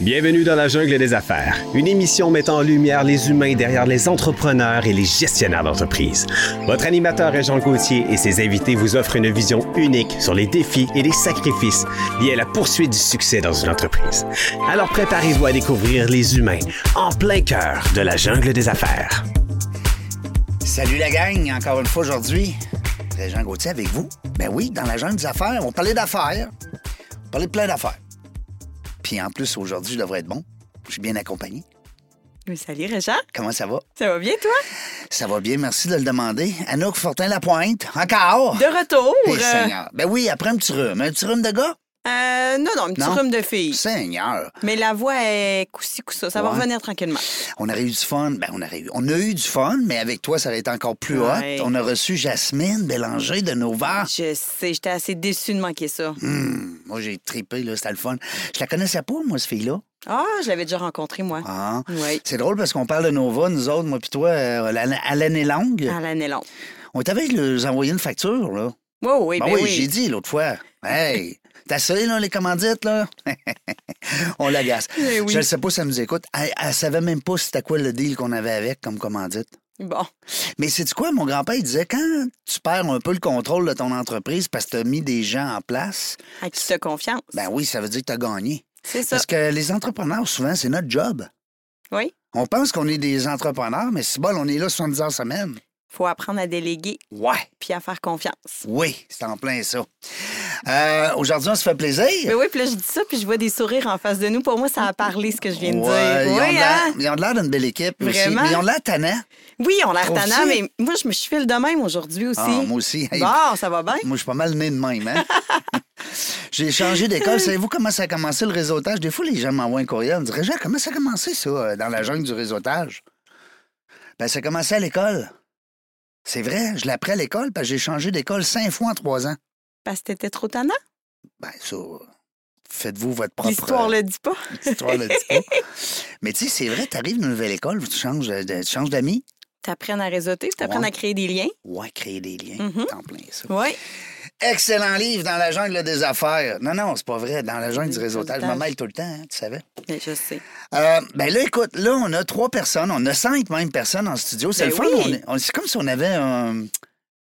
Bienvenue dans la jungle des affaires, une émission mettant en lumière les humains derrière les entrepreneurs et les gestionnaires d'entreprise. Votre animateur est Jean Gauthier et ses invités vous offrent une vision unique sur les défis et les sacrifices liés à la poursuite du succès dans une entreprise. Alors préparez-vous à découvrir les humains en plein cœur de la jungle des affaires. Salut la gang, encore une fois aujourd'hui, Jean Gauthier avec vous. Ben oui, dans la jungle des affaires, on parlait d'affaires, on parlait de plein d'affaires. Puis en plus, aujourd'hui, je devrais être bon. Je suis bien accompagné. Oui, salut Richard. Comment ça va? Ça va bien, toi? Ça va bien, merci de le demander. Anouk Fortin-Lapointe, encore? De retour. Eh, Seigneur. Ben oui, après un petit rhume. Un petit rhume de gars? Euh, non, non, un petit Non. rhume de fille. Seigneur. Mais la voix est coussi coussa. Ça va Ouais. revenir tranquillement. On aurait eu du fun. Ben, on aurait eu. On a eu du fun, mais avec toi, ça aurait été encore plus Ouais. hot. On a reçu Jasmine Bélanger de Nova. Je sais, j'étais assez déçue de manquer ça. Hum, moi, j'ai tripé, là, c'était le fun. Je la connaissais pas, moi, ce fille-là. Ah, je l'avais déjà rencontrée, moi. Ah. Oui. C'est drôle parce qu'on parle de Nova, nous autres, moi puis toi, euh, à l'année longue. À l'année longue. On t'avait les envoyé une facture, là. Oui, oui, Ben ben oui, oui. j'ai dit l'autre fois. Hey, t'as ça, là, les commandites, là? On l'agace. Eh oui. Je ne sais pas si elle nous écoute. Elle, elle savait même pas c'était quoi le deal qu'on avait avec comme commandite. Bon. Mais c'est quoi? Mon grand-père, il disait, quand tu perds un peu le contrôle de ton entreprise parce que tu as mis des gens en place, À qui te confiance? ben oui, ça veut dire que tu as gagné. C'est ça. Parce que les entrepreneurs, souvent, c'est notre job. Oui. On pense qu'on est des entrepreneurs, mais c'est bon, on est là 70 heures semaine. Faut apprendre à déléguer Ouais. puis à faire confiance. Oui, c'est en plein ça. Euh, Aujourd'hui, on se fait plaisir. Ben oui, puis là, je dis ça, puis je vois des sourires en face de nous. Pour moi, ça a parlé ce que je viens de Ouais, dire. Ils ont de Oui, l'air- hein? ils ont de l'air d'une belle équipe aussi. Vraiment? Mais ils ont de l'air tannants. Oui, on l'a Trouves-tu? retana, mais moi, je me suis fait le de même aujourd'hui aussi. Ah, moi aussi. Hey, Bon, ça va bien? Moi, je suis pas mal né de même. Hein? J'ai changé d'école. Savez-vous comment ça a commencé le réseautage? Des fois, les gens m'envoient un courriel. Ils me disent Jean, comment ça a commencé, ça, euh, dans la jungle du réseautage? Ben, ça a commencé à l'école. C'est vrai, je l'appris à l'école, parce que j'ai changé d'école cinq fois en trois ans. Parce que t'étais trop tannant. Ben, ça, faites-vous votre propre. euh, L'histoire le dit pas. L'histoire le dit pas. Mais tu sais, c'est vrai, t'arrives d'une nouvelle école, tu changes de- tu changes d'amis. T'apprennes à réseauter, t'apprennes Ouais. à créer des liens. Ouais, créer des liens. Mhm. en plein ça. Oui. Excellent livre dans la jungle des affaires. Non, non, c'est pas vrai. Dans la jungle du Du réseautage, je réseautage. m'en mêle tout le temps, hein, tu savais. Mais je sais. Euh, ben là, écoute, là, on a trois personnes. On a cinq même personnes en studio. C'est Ben le fun. oui. on est- on- c'est comme si on avait un-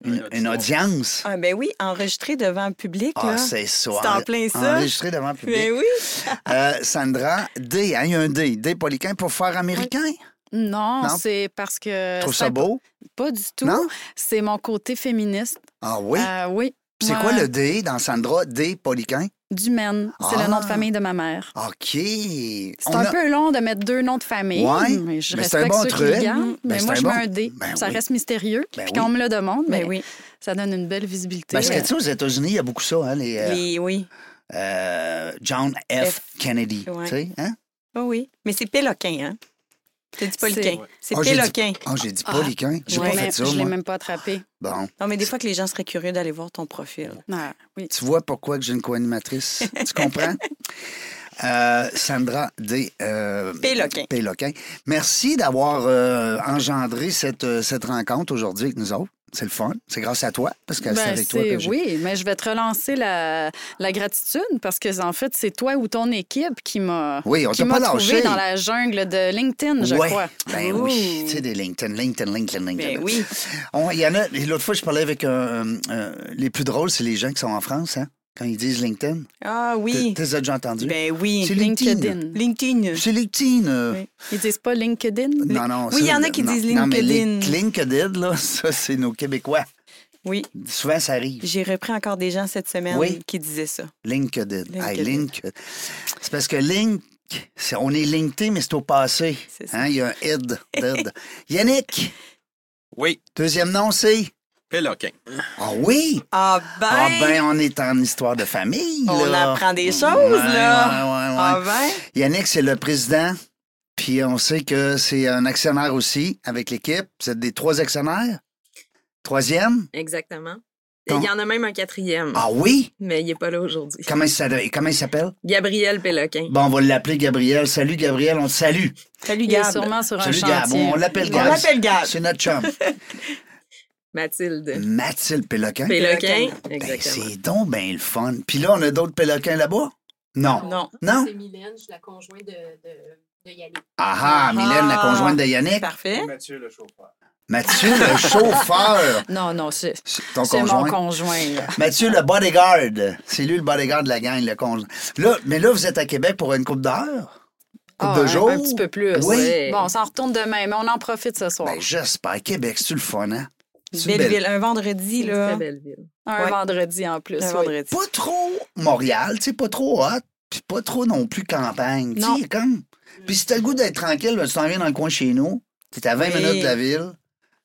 une, une audience. Ah, ben oui, enregistré devant un public, Ah, là. c'est ça. C'est en plein ça. Enregistré devant le public. Ben oui. Euh, Sandra, D, hein, il y a un D. D poliquin pour faire américain. Non, Non? c'est parce que. Je trouve Euh, c'est ça pas- beau. Pas du tout. Non? C'est mon côté féministe. Ah oui. Euh, oui. Puis c'est Moi, quoi le D dans Sandra, D poliquin? Dumaine. C'est Ah! le nom de famille de ma mère. OK. C'est On un a- peu long de mettre deux noms de famille. Ouais, mais je mais c'est un respecte bon ceux truc. qui le gardent. Ben, mais c'est moi, un je bon- mets un D. Ben ça oui. reste mystérieux. Ben puis oui. quand on me le demande, Ben ben oui. ça donne une belle visibilité. Parce que Euh, tu sais, Ben, aux États-Unis, il y a beaucoup ça, hein, les euh, Les- oui. euh, John F. Kennedy. Ouais. Tu sais, hein? Ah oui. Mais c'est péloquin, hein? T'as dit C'est- poliquin. C'est Ah, j'ai dit- péloquin. Oh, j'ai dit Ah. pas liquin. J'ai ouais, pas mais fait ça, Je l'ai moi. même pas attrapé. Bon. Non, mais des fois que les gens seraient curieux d'aller voir ton profil. Ah, oui. Tu vois pourquoi que j'ai une co-animatrice. tu comprends? Euh, Sandra D. Euh, Péloquin. Péloquin. Merci d'avoir euh, engendré cette, euh, cette rencontre aujourd'hui avec nous autres. C'est le fun. C'est grâce à toi, parce que c'est Ben, avec toi c'est- que j'ai... Oui, mais je vais te relancer la, la gratitude parce que, en fait, c'est toi ou ton équipe qui m'a Oui, on qui t'a pas m'a trouvé lâché. dans la jungle de LinkedIn, je Ouais. crois. Ben oui. Ouh. Tu sais, des LinkedIn, LinkedIn, LinkedIn, LinkedIn. Ben oui. On- Il y en a. et L'autre fois, je parlais avec euh, euh, euh, les plus drôles, c'est les gens qui sont en France, hein, quand ils disent LinkedIn. Ah T'es oui. t'es déjà entendu? Ben C'est oui. LinkedIn. LinkedIn. LinkedIn. C'est LinkedIn. euh. Oui. Ils disent pas LinkedIn? Non, non. Oui, il y ça, en a qui non, disent Non, mais LinkedIn. les- LinkedIn, là, ça, c'est nos Québécois. Oui. Souvent, ça arrive. J'ai repris encore des gens cette semaine Oui. qui disaient ça. LinkedIn. Hey, LinkedIn. link. C'est parce que Link, c'est- on est LinkedIn, mais c'est au passé. C'est ça. Hein, Il y a un id. d'id. Yannick, Oui, deuxième nom, c'est. Péloquin. Ah oui! Ah ben. Ah ben, on est en histoire de famille. On là. apprend des choses, Ouais, là. ouais, ouais, ouais. Ah ben. Yannick, c'est le président. Puis on sait que c'est un actionnaire aussi avec l'équipe. Vous êtes des trois actionnaires. Troisième. Exactement. Ton- Il y en a même un quatrième, Ah oui? mais il n'est pas là aujourd'hui. Comment, ça, comment il s'appelle? Gabriel Péloquin. Bon, on va l'appeler Gabriel. Salut Gabriel, on te salue. Salut, Il est Gab. sûrement sur un Salut chantier. Gab. On l'appelle On Gab. l'appelle Gab. C'est notre chum. Ben, Mathilde Mathilde Péloquin. Péloquin. Ben, Exactement. c'est donc bien le fun. Puis là, on a d'autres Péloquins là-bas? Non. Non. Non? C'est Mylène, je suis la conjointe de, de, de Yannick. Oh, Ah ah, Mylène, la Ah. conjointe de Yannick. Parfait. Mathieu, le chauffeur. Mathieu, le chauffeur. Non, non, c'est C'est Ton c'est mon conjoint. conjoint. là. Mathieu, le bodyguard. C'est lui le bodyguard de la gang, le conjoint. Là, mais là, vous êtes à Québec pour une coupe d'heure? Coupe Ah, de un- jours? Un petit peu plus. Oui. Ouais. Bon, on s'en retourne demain, mais on en profite ce soir. Ben, j'espère. Québec, c'est le fun, hein? C'est une Belle belle- ville. Un vendredi, C'est une là. très belle ville. un ouais. vendredi en plus. Un oui. vendredi. Pas trop Montréal, tu sais, pas trop hot, puis pas trop non plus campagne. Tu Non. sais, comme. Mm. Puis si t'as le goût d'être tranquille, ben, tu t'en viens dans le coin chez nous, t'es à 20 Oui. minutes de la ville,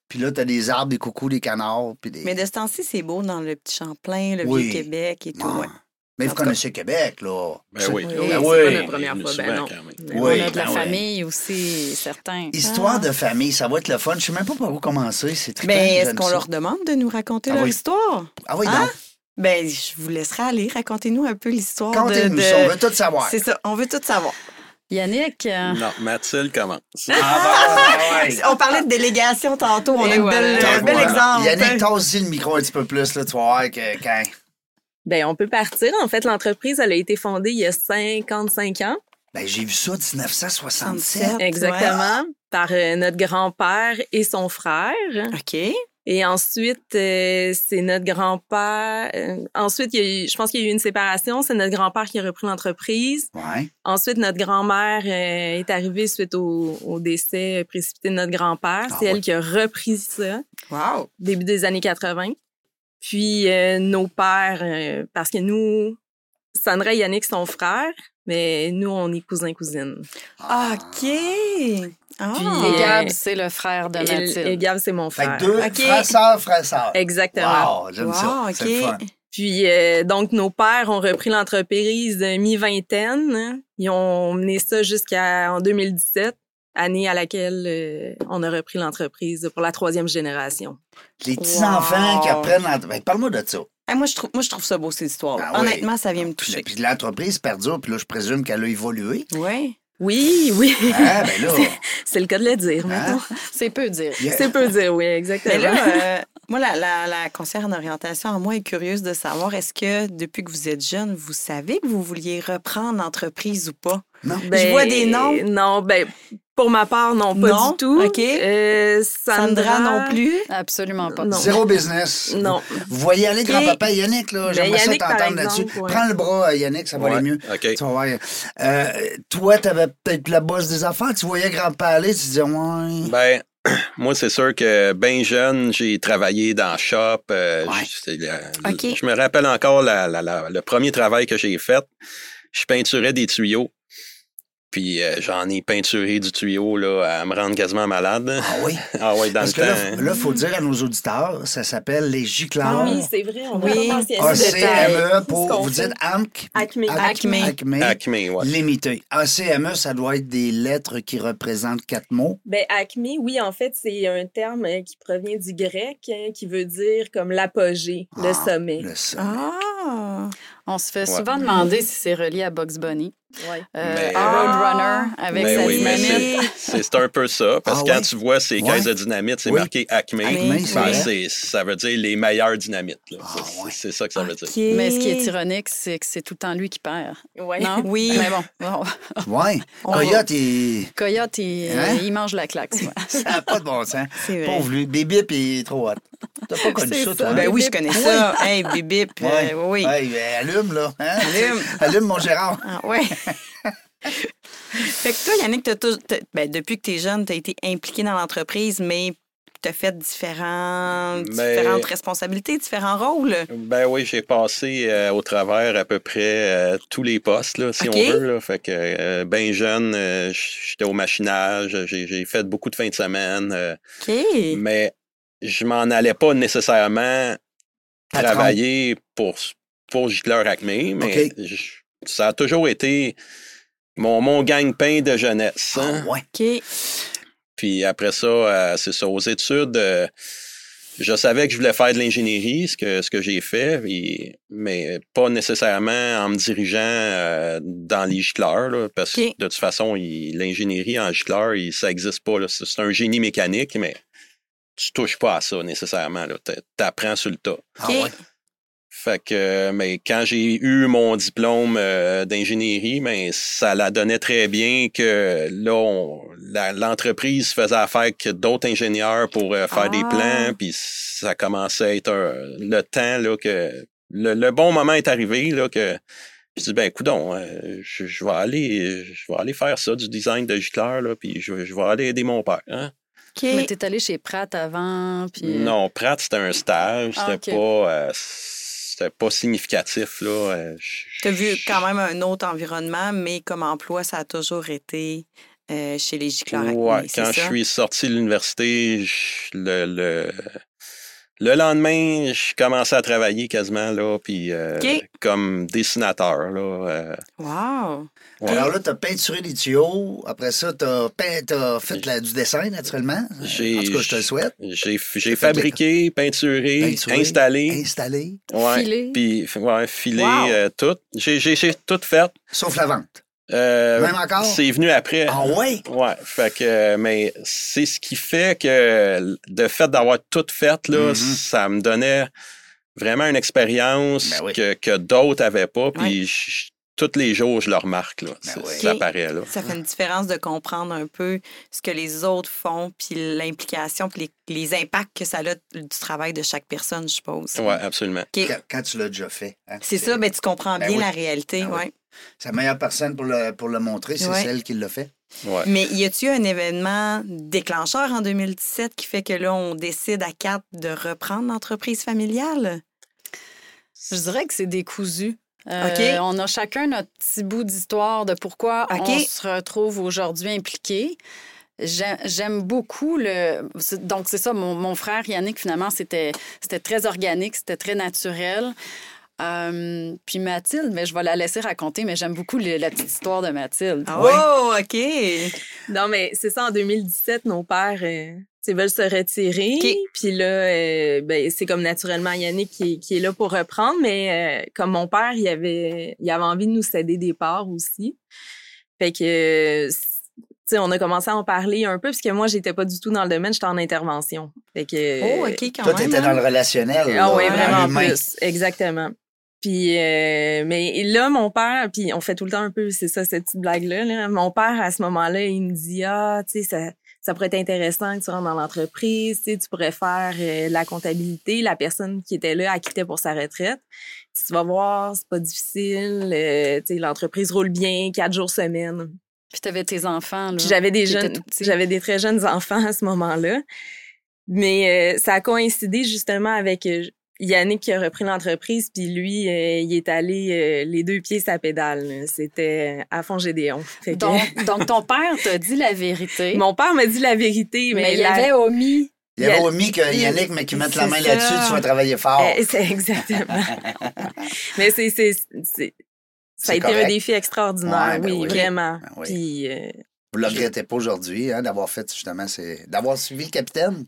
puis là, t'as des arbres, des coucous, des canards, puis des. Mais de ce temps-ci, c'est beau dans le petit Champlain, le Oui. Vieux-Québec et tout. Ouais. ouais. Ah. Mais vous En tout cas. connaissez Québec, là. Ben Oui, oui. Ben c'est pas la première mais fois, ben souvent, non. quand même. Mais Oui. On a de la ben ouais. famille aussi, certains. Histoire Ah. de famille, ça va être le fun. Je sais même pas par où commencer. C'est très Mais Ben, est-ce qu'on leur demande de nous raconter Ah leur oui. histoire? Ah oui, Hein? donc, Ben, je vous laisserai aller. Racontez-nous un peu l'histoire de... comptez-nous, de- on veut tout savoir. C'est ça, on veut tout savoir. Yannick, Mm. euh, Non, Mathilde commence. Ah, ben, ouais. On parlait de délégation tantôt. On Et a une voilà. belle- T'as un bel voilà. exemple. Yannick, t'as aussi le micro un petit peu plus, là, tu vas voir que quand. Ben, on peut partir. En fait, l'entreprise, elle a été fondée il y a 55 ans. Ben, j'ai vu ça, 1967. Ouais. Exactement. Par euh, notre grand-père et son frère. OK. Et ensuite, euh, c'est notre grand-père. euh, ensuite, il y a eu- je pense qu'il y a eu une séparation. C'est notre grand-père qui a repris l'entreprise. Ouais. Ensuite, notre grand-mère euh, est arrivée suite au, au décès euh, précipité de notre grand-père. Ah c'est ouais. elle qui a repris ça Wow. début des années 80. Puis euh, nos pères, euh, parce que nous, Sandra et Yannick sont frères, mais nous, on est cousins-cousines. Ah, Ah. OK. Ah. et euh, Gab, c'est le frère de Et, Mathilde. et Gab, c'est mon Fait frère. que deux Ok. frères sœurs, frères sœurs. Exactement. Wow, j'aime ça. Wow, C'est le fun. OK. Puis, euh, donc, nos pères ont repris l'entreprise de mi-vingtaine. Ils ont mené ça jusqu'à en 2017, année à laquelle euh, on a repris l'entreprise pour la troisième génération. Les petits-enfants Wow. qui apprennent. l'ent- Ben, parle-moi de ça. Eh, moi, je trouve, moi, je trouve ça beau, ces histoires Ah oui. Honnêtement, ça vient me toucher. Puis l'entreprise perdure, puis là, je présume qu'elle a évolué. Oui. Oui, oui, Ah, ben là. c'est le cas de le dire maintenant. C'est peu dire. yeah. C'est peu dire, oui, Mais exactement. là, euh, moi, la, la, la conseillère en orientation, à moi, est curieuse de savoir est-ce que depuis que vous êtes jeune, vous savez que vous vouliez reprendre l'entreprise ou pas? Ben, vois des noms. Non, ben, pour ma part, non, pas Non, du tout. ok. Euh, Sandra, Sandra non plus? Absolument pas. Non. Zéro business. Non. Vous voyez aller grand-papa Et- Yannick, là. Ben, J'aimerais ça Yannick, par t'entendre exemple, là-dessus. ouais. Prends le bras, Yannick, ça va aller mieux. OK. Tu vas voir. Euh, toi, t'avais peut-être la bosse des affaires. Tu voyais grand-papa aller, tu disais, ouais. Ben, moi, c'est sûr que bien jeune, j'ai travaillé dans shop. euh, Ouais. je- c'est la- OK. Je me rappelle encore la- la- la- le premier travail que j'ai fait. Je peinturais des tuyaux. Puis euh, j'en ai peinturé du tuyau là, à me rendre quasiment malade. Ah oui. Ah ouais, dans Parce que le temps. là, il faut dire à nos auditeurs, ça s'appelle les giclans. Ah Oui, c'est vrai, on Oui. va penser Ah, à ce ACME détail. Ce qu'on E pour, vous fait. dites AMC. Acme. Acme. E. Acme. Acme, ouais. Limité. ACME, E, ça doit être des lettres qui représentent quatre mots. Ben, acme, oui, en fait, c'est un terme euh, qui provient du grec, hein, qui veut dire comme l'apogée, le Ah, sommet. Le seul. Ah! On se fait Ouais. souvent demander si c'est relié à Bugs Bunny. Ouais. Euh, Mais- ah! à Roadrunner avec Mais sa oui, mais dynamite. C'est c'est un peu ça. Parce Ah que quand ouais? tu vois ces caisses Ouais. de dynamite, c'est Oui. marqué Acme. Acme, Ben, c'est vrai. c'est- ça veut dire les meilleures dynamites. là. Ah C'est- ouais. C'est ça que ça veut dire. OK. Mais ce qui est ironique, c'est que c'est tout le temps lui qui perd. Ouais. Non? Oui. Mais bon, bon, Ouais. On- Coyote, il... Coyote, il, euh, Hein? il mange la claque. tu vois. ça n'a pas de bon sens. C'est vrai. Pauvre lui. Bébip, il est trop hot. T'as pas connu C'est ça, ça. toi? Ben hein? oui, je connais ça. Hey, bibip. Ouais. euh, oui. Ouais, ben, allume, là. hein? Allume. allume, mon Gérard. Ah, ouais. fait que toi, Yannick, t'as tou- t'as- ben, depuis que tu es jeune, tu as été impliqué dans l'entreprise, mais tu as fait différentes, Mais- différentes responsabilités, différents rôles. Ben oui, j'ai passé euh, au travers à peu près euh, tous les postes, là, si OK. on veut. Là. Fait que, euh, ben jeune, euh, j'étais au machinage, j'ai j'ai fait beaucoup de fins de semaine, euh, OK. mais je m'en allais pas nécessairement Patron. travailler pour, pour Gicleur Acme, mais OK. je- ça a toujours été mon, mon gagne-pain de jeunesse. hein. Ah, ouais. OK. Puis après ça, euh, c'est ça, aux études, euh, je savais que je voulais faire de l'ingénierie, ce que, ce que j'ai fait, puis- mais pas nécessairement en me dirigeant euh, dans les gicleurs, là, parce OK. que de toute façon, il- l'ingénierie en gicleur, il- ça n'existe pas. là. C'est c'est un génie mécanique, mais tu touches pas à ça nécessairement. Tu apprends sur le tas. Ah, OK. ouais. Fait que, mais quand j'ai eu mon diplôme euh, d'ingénierie, mais ça la donnait très bien que là, on- la- l'entreprise faisait affaire avec d'autres ingénieurs pour euh, faire des Ah. plans, puis ça commençait à être un- le temps là que le, le bon moment est arrivé là que je dis ben coudon, je, je vais aller, je vais aller faire ça du design de gicleur là, puis je, je vais aller aider mon père. hein. Mais OK. t'es allé chez Pratt avant, puis... euh, euh, Non, Pratt, c'était un stage. Ah, C'était ok. pas. euh, c'était pas significatif, là. Euh, je- T'as vu je- quand même un autre environnement, mais comme emploi, ça a toujours été euh, chez les gicleurs Ouais, c'est quand je ça? suis sorti de l'université, je- le, le, le lendemain, je commençais à travailler quasiment, là, puis euh, Ok. comme dessinateur, là. euh, Wow! ouais. Alors là, t'as peinturé des tuyaux. Après ça, t'as peint- t'as fait la- du dessin, naturellement. Euh, En J'ai- tout cas, je te le souhaite. T'as J'ai j'ai fait de la- fabriqué, peinturé, Peinturé, installé, Installé. ouais, Filé. puis ouais, filé Wow. euh, tout. J'ai j'ai- j'ai tout fait. Sauf la vente. Euh, Même encore? C'est venu après. Ah ouais? Ouais, fait que, euh, mais c'est ce qui fait que de fait d'avoir tout fait, là, Mhm. ça me donnait vraiment une expérience Ben oui. que, que d'autres n'avaient pas. Puis Ouais. je- je- tous les jours, je le remarque, là. C'est- Ben oui. Ça Ok. paraît, là. Ça fait une différence de comprendre un peu ce que les autres font, puis l'implication, puis les, les impacts que ça a du travail de chaque personne, je suppose. Ouais, absolument. OK. Quand- Quand tu l'as déjà fait. hein. C'est ça, ben, tu comprends Ben bien oui. la réalité. Ben oui. ouais. Sa meilleure personne pour le, pour le montrer, c'est Ouais. celle qui l'a fait. Ouais. Mais y a-tu un événement déclencheur en 2017 qui fait que là, on décide à quatre de reprendre l'entreprise familiale? Je dirais que c'est décousu. Euh, OK. On a chacun notre petit bout d'histoire de pourquoi OK. on se retrouve aujourd'hui impliqués. J'ai- J'aime beaucoup le. c'est- Donc, c'est ça, mon, mon frère Yannick, finalement, c'était c'était très organique, c'était très naturel. Euh, puis Mathilde, mais je vais la laisser raconter, mais j'aime beaucoup le- la petite histoire de Mathilde. Ah ouais? Euh, Oh, OK. Non, mais c'est ça, en 2017, nos pères, euh, tu sais, veulent se retirer. OK. Puis là, euh, ben, c'est comme naturellement Yannick qui, est- qui est là pour reprendre. Mais euh, comme mon père, il avait, il avait envie de nous céder des parts aussi. Fait que, euh, c- tu sais, on a commencé à en parler un peu, parce que moi, j'étais pas du tout dans le domaine, j'étais en intervention. Fait que, Oh, OK, quand Toi, même. t'étais hein? dans le relationnel. Ah là, oui, dans vraiment l'humain. plus. Exactement. Puis, euh, mais là, mon père, puis on fait tout le temps un peu, c'est ça, cette petite blague-là. là. Mon père, à ce moment-là, il me dit, ah, tu sais, ça, ça pourrait être intéressant que tu rentres dans l'entreprise, tu sais, tu pourrais faire euh, la comptabilité. La personne qui était là, elle quittait pour sa retraite. Tu vas voir, c'est pas difficile. euh, tu sais, l'entreprise roule bien, quatre jours semaine. Puis t'avais tes enfants. là. Puis j'avais des T'étais jeunes, tout petit. j'avais des très jeunes enfants à ce moment-là. Mais euh, ça a coïncidé justement avec euh, Yannick qui a repris l'entreprise, puis lui, euh, il est allé euh, les deux pieds sa pédale. là. C'était à fond Gédéon. Fait que- Donc, donc, ton père t'a dit la vérité, mon père m'a dit la vérité, mais, mais il la- avait omis Il y avait Yann- omis que Yannick, mais qui mette la C'est main ça. là-dessus, tu vas travailler fort. Euh, c'est exactement. mais c'est, c'est, c'est- ça C'est a été correct. un défi extraordinaire, Ouais, ben oui, oui. vraiment. Ben oui. Puis, euh, Vous ne le regrettez pas aujourd'hui, hein, d'avoir fait justement, c'est d'avoir suivi le capitaine.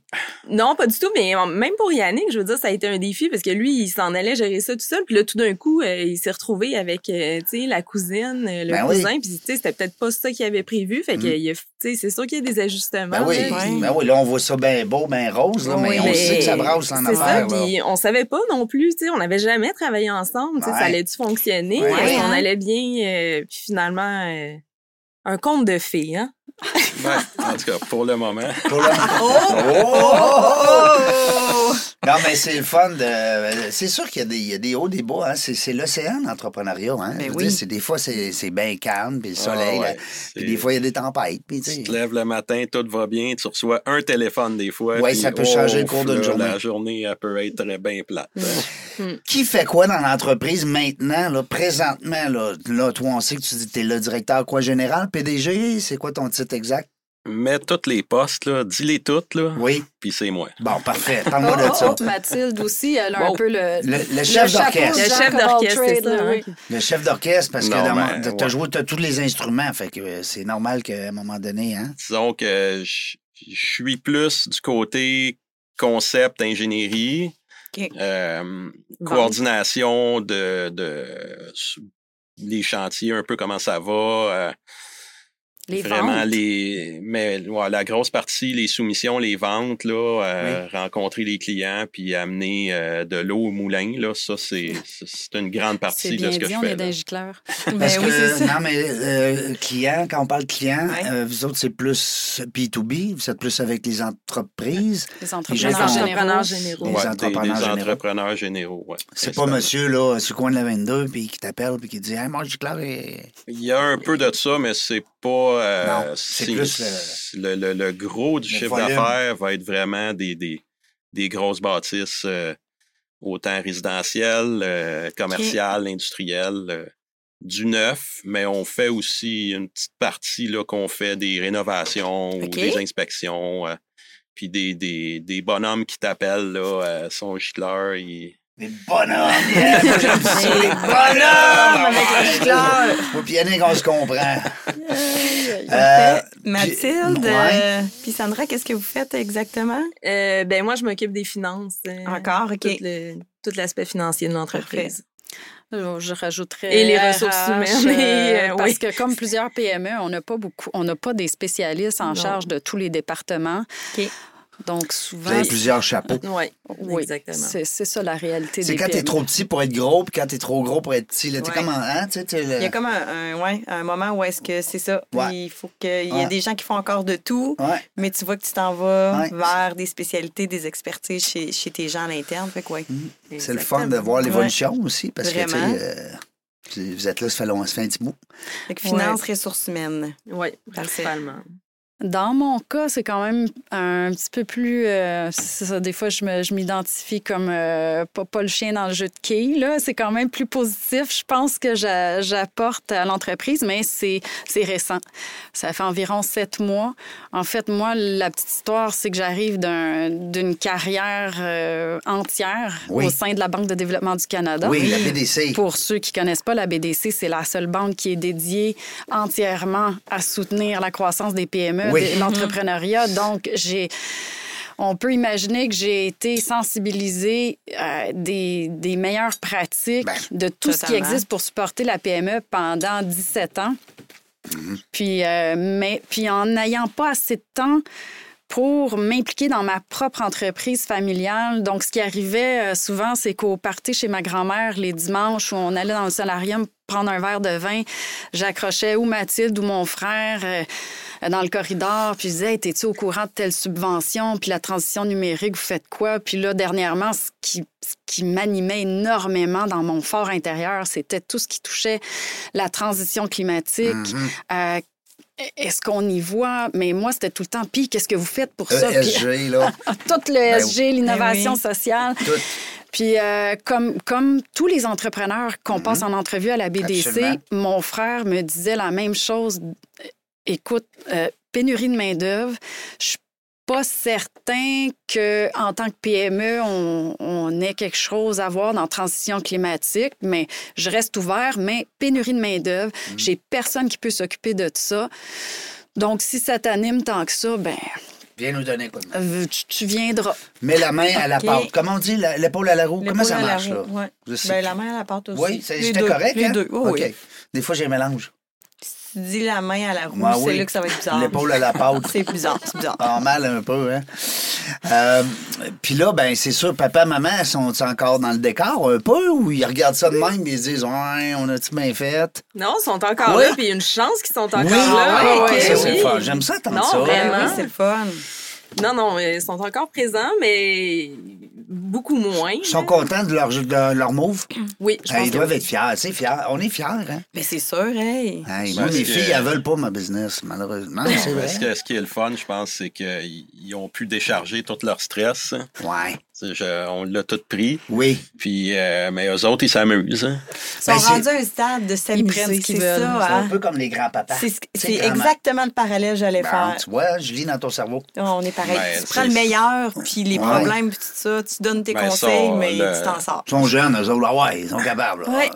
Non, pas du tout, mais en- même pour Yannick, je veux dire, ça a été un défi parce que lui, il s'en allait gérer ça tout seul. Puis là, tout d'un coup, euh, il s'est retrouvé avec, euh, tu sais, la cousine, euh, le Ben oui. cousin. Puis, tu sais, c'était peut-être pas ça qu'il avait prévu. Fait que, Mm. il a- tu sais, c'est sûr qu'il y a des ajustements. Ben oui, là, puis- ben oui, là, on voit ça bien beau, bien rose, là, mais Oui, on mais sait que ça brasse en C'est ça, affaires. là. puis on savait pas non plus, tu sais, on n'avait jamais travaillé ensemble, tu sais, Ouais. ça allait-tu fonctionner, Ouais. Est-ce qu'on Ouais. allait bien, euh, puis finalement, euh, un conte de fées, hein? Ouais, en tout cas, pour le moment. Pour le- Oh! Oh! Non, mais c'est le fun de. C'est sûr qu'il y a des, il y a des hauts, des bas. Hein. C'est, c'est l'océan, l'entrepreneuriat. Hein. Ben Je veux oui. dire, c'est, des fois, c'est, c'est bien calme, puis le soleil. Ah, ouais, là. c'est- Puis des fois, il y a des tempêtes. Puis, tu Tu sais. te lèves le matin, tout va bien, tu reçois un téléphone des fois. Ouais, puis, ça peut changer le ouf, cours d'une là, journée. La journée, elle peut être bien plate. Mm. Qui fait quoi dans l'entreprise maintenant, là, présentement? Là, là, toi, on sait que tu dis que t'es le directeur quoi général, PDG? C'est quoi ton titre exact? Mets tous les postes, là, dis-les toutes, là, Oui. puis c'est moi. Bon, parfait. Oh, Parle-moi de oh, ça. oh, Mathilde aussi, elle a un Wow. peu le. Le, le chef chapeau d'orchestre. de Le Jack of chef all d'orchestre, c'est trades, ça, là, hein? oui. Le chef d'orchestre, parce Non, que dans mais, mon- t'as ouais. joué, t'as tous les instruments, fait que euh, c'est normal qu'à un moment donné, hein? Disons que je je suis plus du côté concept, ingénierie, OK. euh, coordination de, de s- les chantiers, un peu comment ça va. euh, Les vraiment ventes. les mais ouais, la grosse partie les soumissions les ventes là euh, rencontrer les clients puis amener euh, de l'eau au moulin là ça c'est c'est- c'est une grande C'est partie de bien ce que dit, je on fais est là. d'un gicleur. Parce Ben que, oui, c'est ça. Non, mais euh, client, quand on parle client, Ouais. euh, vous autres, c'est plus B2B, vous êtes plus avec les entreprises. Les gens qui entrepreneurs, sont- généraux. Entrepreneurs généraux. Des Ouais, des- entrepreneurs des généraux. entrepreneurs généraux ouais. C'est pas Exactement. monsieur, là, euh, sur le coin de la 22, puis qui t'appelle, puis qui dit Hey, moi, je déclare. et- il y a un peu de ça mais c'est pas euh, Non, c'est c'est- plus le, le- le gros du le chiffre volume. d'affaires va être vraiment des des, des grosses bâtisses euh, autant résidentielles, euh, commerciales, industrielles, euh, du neuf, mais on fait aussi une petite partie là qu'on fait des rénovations OK. ou des inspections, euh, puis des, des, des bonhommes qui t'appellent là, euh, sont gicleurs. Ils... Les bonhommes! yeah, moi, j'aime ça, Ben les bonhommes! avec le gicleur. Moi, puis Yannick, on se comprend. Euh, Parfait. Mathilde, puis- euh, puis Sandra, qu'est-ce que vous faites exactement? Euh, ben moi, je m'occupe des finances. euh, Encore, OK. Tout le- tout l'aspect financier de l'entreprise. Je Oh, je rajouterais. Et les ressources RH, humaines, et, euh, euh, parce oui. que comme plusieurs PME, on n'a pas beaucoup, on n'a pas des spécialistes en Non. charge de tous les départements. OK. Donc Vous souvent, avez plusieurs chapeaux. Oui, oui, exactement. c'est c'est ça la réalité C'est des E. quand t'es PME. trop petit pour être gros, puis quand t'es trop gros pour être petit. Là, t'es Ouais. comme en- hein, tu sais, t'es le- Il y a comme un, un- ouais, un moment où est-ce que c'est ça. Ouais. Il faut que, il y Ouais. a des gens qui font encore de tout, Ouais. mais tu vois que tu t'en vas Ouais. vers des spécialités, des expertises chez, chez tes gens à l'interne. Fait que ouais. C'est le fun de voir l'évolution aussi, parce que Vraiment. tu sais, euh, tu- vous êtes là, ça fait, long, ça fait un petit bout. Fait que finance, ressources humaines. Oui, Parfait. principalement. Dans mon cas, c'est quand même un petit peu plus. euh, c'est ça, des fois, je me- je m'identifie comme euh, pas, pas le chien dans le jeu de quilles. là. C'est quand même plus positif, je pense, que j'a- j'apporte à l'entreprise, mais c'est c'est récent. Ça fait environ sept mois. En fait, moi, la petite histoire, c'est que j'arrive d'un- d'une carrière euh, entière Oui. au sein de la Banque de développement du Canada. Oui, la BDC. Pour ceux qui connaissent pas, la BDC, c'est la seule banque qui est dédiée entièrement à soutenir la croissance des PME, Oui. de l'entrepreneuriat. Donc, j'ai. On peut imaginer que j'ai été sensibilisée à des, des meilleures pratiques Ben, de tout ce qui totalement. existe pour supporter la PME pendant 17 ans. Puis, euh, mais, puis en n'ayant pas assez de temps pour m'impliquer dans ma propre entreprise familiale. Donc, ce qui arrivait euh, souvent, c'est qu'au party chez ma grand-mère, les dimanches où on allait dans le solarium prendre un verre de vin, j'accrochais ou Mathilde ou mon frère euh, dans le corridor, puis je disais, Hey, t'es-tu au courant de telle subvention, puis la transition numérique, vous faites quoi? Puis là, dernièrement, ce qui, ce qui m'animait énormément dans mon fort intérieur, c'était tout ce qui touchait la transition climatique, Mhm. euh, est-ce qu'on y voit? Mais moi, c'était tout le temps, puis qu'est-ce que vous faites Euh, pour ça? Puis, ESG, E là. tout le SG, l'innovation oui. sociale. Tout. Puis euh, comme, comme tous les entrepreneurs qu'on passe en entrevue à la BDC, Absolument. mon frère me disait la même chose. Écoute, euh, pénurie de main-d'œuvre, je suis pas certain que en tant que PME, on, on ait quelque chose à voir dans la transition climatique, mais je reste ouvert, mais pénurie de main-d'œuvre, j'ai personne qui peut s'occuper de ça. Donc, si ça t'anime tant que ça, ben, Viens nous donner quoi de main. euh, tu, tu viendras. Mets la main à la Ok. porte. Comment on dit, la- l'épaule à la roue? Comment L'épaule ça à la marche, roue, là? ouais. Je sais Ben, plus. la main à la porte aussi. Oui, c'est- Les c'était deux, correct, Les hein? deux, oh, OK. oui. Des fois, j'ai un mélange. Tu dis la main à la roue, Ah c'est oui. là que ça va être bizarre. L'épaule à la porte. C'est bizarre, c'est bizarre. Pas mal un peu, hein? Euh, Puis là, ben c'est sûr, papa, maman, sont encore dans le décor un peu ou ils regardent ça de même et ils se disent Ouais, on a-tu bien fait? Non, ils sont encore Ouais. là, puis il y a une chance qu'ils sont encore Oui, là. ah ok, ouais, ça, c'est oui. le fun. J'aime ça, tant Non, ça. vraiment. Ben Oui, c'est le fun. Non, non, euh, ils sont encore présents, mais beaucoup moins. Ils sont contents de leur, de leur move. Oui, je Hey, pense ils que doivent oui. être fiers. C'est fier. On est fiers, hein? Mais c'est sûr, hey. Hey, Parce moi, mes que- filles, elles veulent pas ma business, Ah, malheureusement. Non, C'est mais vrai. ce, que- ce qui est le fun, je pense, c'est qu'ils ils ont pu décharger tout leur stress. hein. Ouais. C'est- je- on l'a tout pris. Oui. Puis, euh, mais eux autres, ils s'amusent. hein. Ils Ben, sont c'est- rendus à un stade de prennent ce s'amuser, qu'ils c'est veulent. C'est Bah, ça, un hein? peu comme les grands-papas. C'est ce- Tu sais, c'est grand-mère. exactement le parallèle que j'allais Bon, faire. tu vois, je lis dans ton cerveau. On est pareil. Ben, tu prends c'est- le meilleur, puis les Ouais. problèmes, puis tout ça. Tu donnes tes Ben, conseils, ça, mais le- tu t'en sors. Ils sont jeunes, eux autres. Ah ouais, ils sont capables. là. Ouais.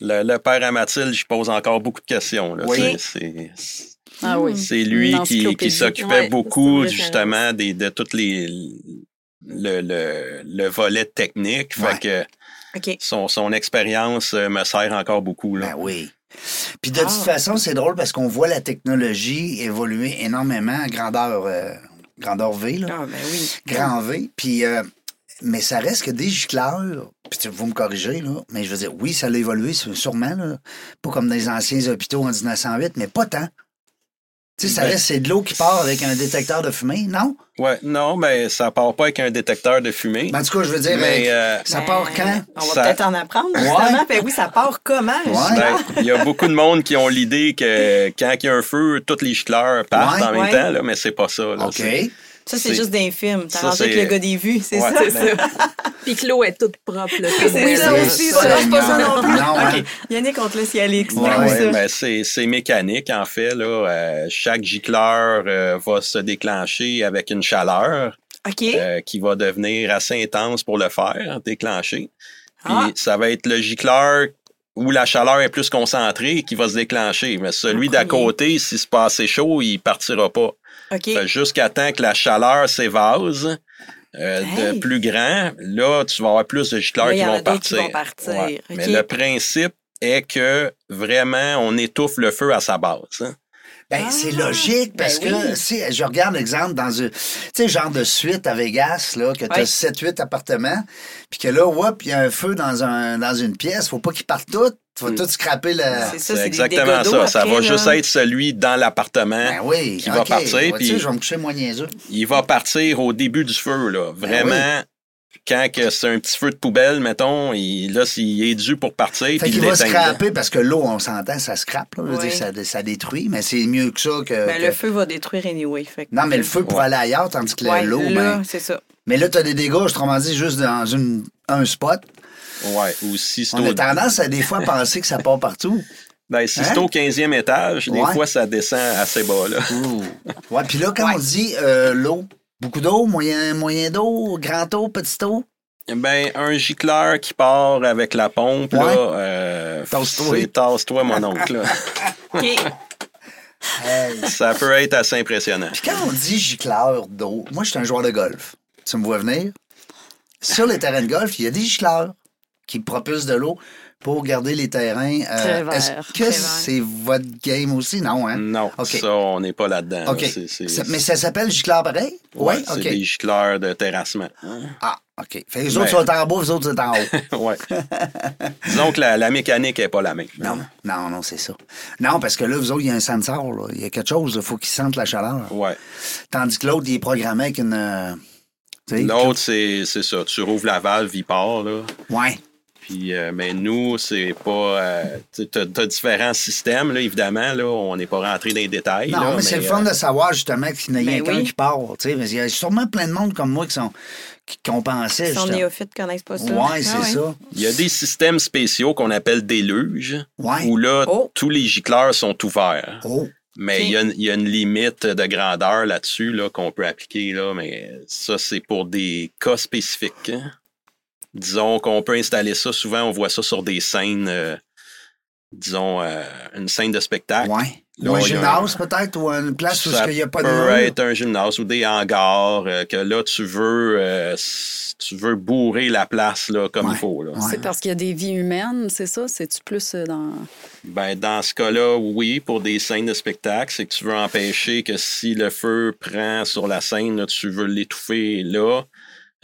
Le, le père à Mathilde, je pose encore beaucoup de questions. là. Oui. C'est- c'est- Ah oui. Hmm. C'est lui Une qui, encyclopédie. qui s'occupait Ouais, c'est une beaucoup référence. justement des, de toutes les le, le, le volet technique. Ouais. Fait que OK. son, son expérience euh, me sert encore beaucoup. Là. Ben oui. Puis Ah. de toute façon, c'est drôle parce qu'on voit la technologie évoluer énormément à grandeur, euh, grandeur V, là. Ah, ben oui. grand V. Puis, euh, mais ça reste que des gicleurs. Puis tu- vous me corrigez, là. Mais je veux dire, oui, ça a évolué sû- sûrement, là. Pas comme dans les anciens hôpitaux en 1908, mais pas tant. Tu sais, ça Ben- reste, c'est de l'eau qui part avec un détecteur de fumée, non? Ouais, non, mais ça part pas avec un détecteur de fumée. Ben, en tout cas, je veux dire, euh, mais euh, ça Ben, part quand? On va Ça- peut-être en apprendre, justement. Ben oui, ça part comment? Ouais. je- ben, il y a beaucoup de monde qui ont l'idée que quand il y a un feu, toutes les gicleurs partent Ouais, en même ouais. temps, là, mais c'est pas ça. là. OK. C'est- Ça, c'est C'est- juste d'un film. T'as ça, arrangé avec c'est- le gars des vues, c'est ça? Ouais, ben, Puis que l'eau est toute propre. C'est là. ça Mais aussi, ça, ça. C'est pas ça non plus. Non, hein. OK. Yannick, on te laisse y aller. explique Ouais, Ouais, ça. ben, c'est c'est mécanique, en fait. Là. Euh, chaque gicleur euh, va se déclencher avec une chaleur OK. euh, qui va devenir assez intense pour le faire, hein, déclencher. Puis Ah. ça va être le gicleur où la chaleur est plus concentrée qui va se déclencher. Mais celui Le d'à premier. côté, s'il se passe assez chaud, il partira pas. OK. Fait Jusqu'à temps que la chaleur s'évase euh, Hey. de plus grand, là, tu vas avoir plus de gicleurs Là, il y qui en vont a d'autres qui partir. vont partir. Ouais. OK. Mais le principe est que vraiment, on étouffe le feu à sa base. hein. Ben, Ah, c'est logique parce ben que, oui. si je regarde l'exemple dans une, tu sais, genre de suite à Vegas, là, que t'as Ouais. 7-8 appartements, puis que là, whoop, il y a un feu dans, un, dans une pièce, faut pas qu'ils partent toutes, tu vas Mm. tout scraper la. C'est ça, c'est C'est des exactement dégâts d'eau ça. Ça après, va là. juste être celui dans l'appartement. Ben oui, Hein? Qui va OK. partir, Tu sais, puis- je vais me coucher moins niaiseux. Il va partir au début du feu, là. Ben Vraiment. Quand que c'est un petit feu de poubelle, mettons, il, là, s'il est dû pour partir, puis Fait il qu'il va l'éteint. scraper parce que l'eau, on s'entend, ça scrape, là. Je veux Oui. dire, ça, ça détruit, mais c'est mieux que ça que. Ben, Euh, que- le feu va détruire anyway. Fait que- Non, mais le feu pour Ouais. aller ailleurs, tandis que Ouais, l'eau, là, ben- c'est ça. Mais là, t'as des dégâts, autrement dit, juste dans une, un spot. Ouais. Ou si c'est On au, a tendance à des fois penser que ça part partout. ben, si Hein? c'est au 15e étage, Ouais. des fois, ça descend assez bas, là. Ouais, puis là, quand on dit euh, l'eau, beaucoup d'eau, moyen, moyen d'eau, grand eau, petit eau, Ben, un gicleur qui part avec la pompe, Ouais. là. Euh, Tasse-toi. c'est Tasse-toi, mon oncle, là. OK. Hey. Ça peut être assez impressionnant. Puis quand on dit gicleur d'eau, moi, je suis un joueur de golf. Tu me vois venir? Sur les terrains de golf, il y a des gicleurs qui propulsent de l'eau pour garder les terrains. euh, Très vert, Est-ce très que vert. c'est votre game aussi? Non, hein? Non, OK. ça, on n'est pas là-dedans. là. OK. C'est- c'est- Ça- mais ça s'appelle gicleur pareil? Ouais, Oui, c'est OK. des gicleurs de terrassement. Ah, OK. Fait que les Ben- autres sont en bas, les autres sont en haut. ouais. Disons que la, la mécanique n'est pas la même. Non, non, non, c'est ça. Non, parce que là, vous autres, il y a un sensor, là. Il y a quelque chose, il faut qu'ils sentent la chaleur. Ouais. Tandis que l'autre, il est programmé avec une. euh, tu sais, L'autre, c'est c'est ça. Tu rouvres la valve, il part, là. Ouais. Puis, euh, mais nous, c'est pas. euh, tu as, différents systèmes, là, évidemment. Là, on n'est pas rentré dans les détails. Non, là, mais, c'est le fun euh, de savoir justement qu'il n'y a Ben qu'un oui. qui part. tu sais, parce qu'il y a sûrement plein de monde comme moi qui sont qui, qu'on pensait. Son justement. néophyte connaissent pas ça. Ouais, c'est Ah ça. Il y a des systèmes spéciaux qu'on appelle déluge, Ouais. où là, Oh. tous les gicleurs sont ouverts. Oh. Mais Ok. il, y a une, il y a une limite de grandeur là-dessus là, qu'on peut appliquer, là, mais ça, c'est pour des cas spécifiques. hein. Disons qu'on peut installer ça, souvent on voit ça sur des scènes, euh, disons euh, une scène de spectacle. Ouais. Ah, Là, Ou un il y a- gymnase, peut-être, ou une place où Ça il n'y a pas de. peut mur. être un gymnase ou des hangars euh, que là tu veux euh, s- tu veux bourrer la place là, comme Ouais. il faut. Là. Ouais. C'est parce qu'il y a des vies humaines, c'est ça? C'est-tu plus euh, dans. Ben, dans ce cas-là, oui, pour des scènes de spectacle, c'est que tu veux empêcher que si le feu prend sur la scène, là, tu veux l'étouffer là.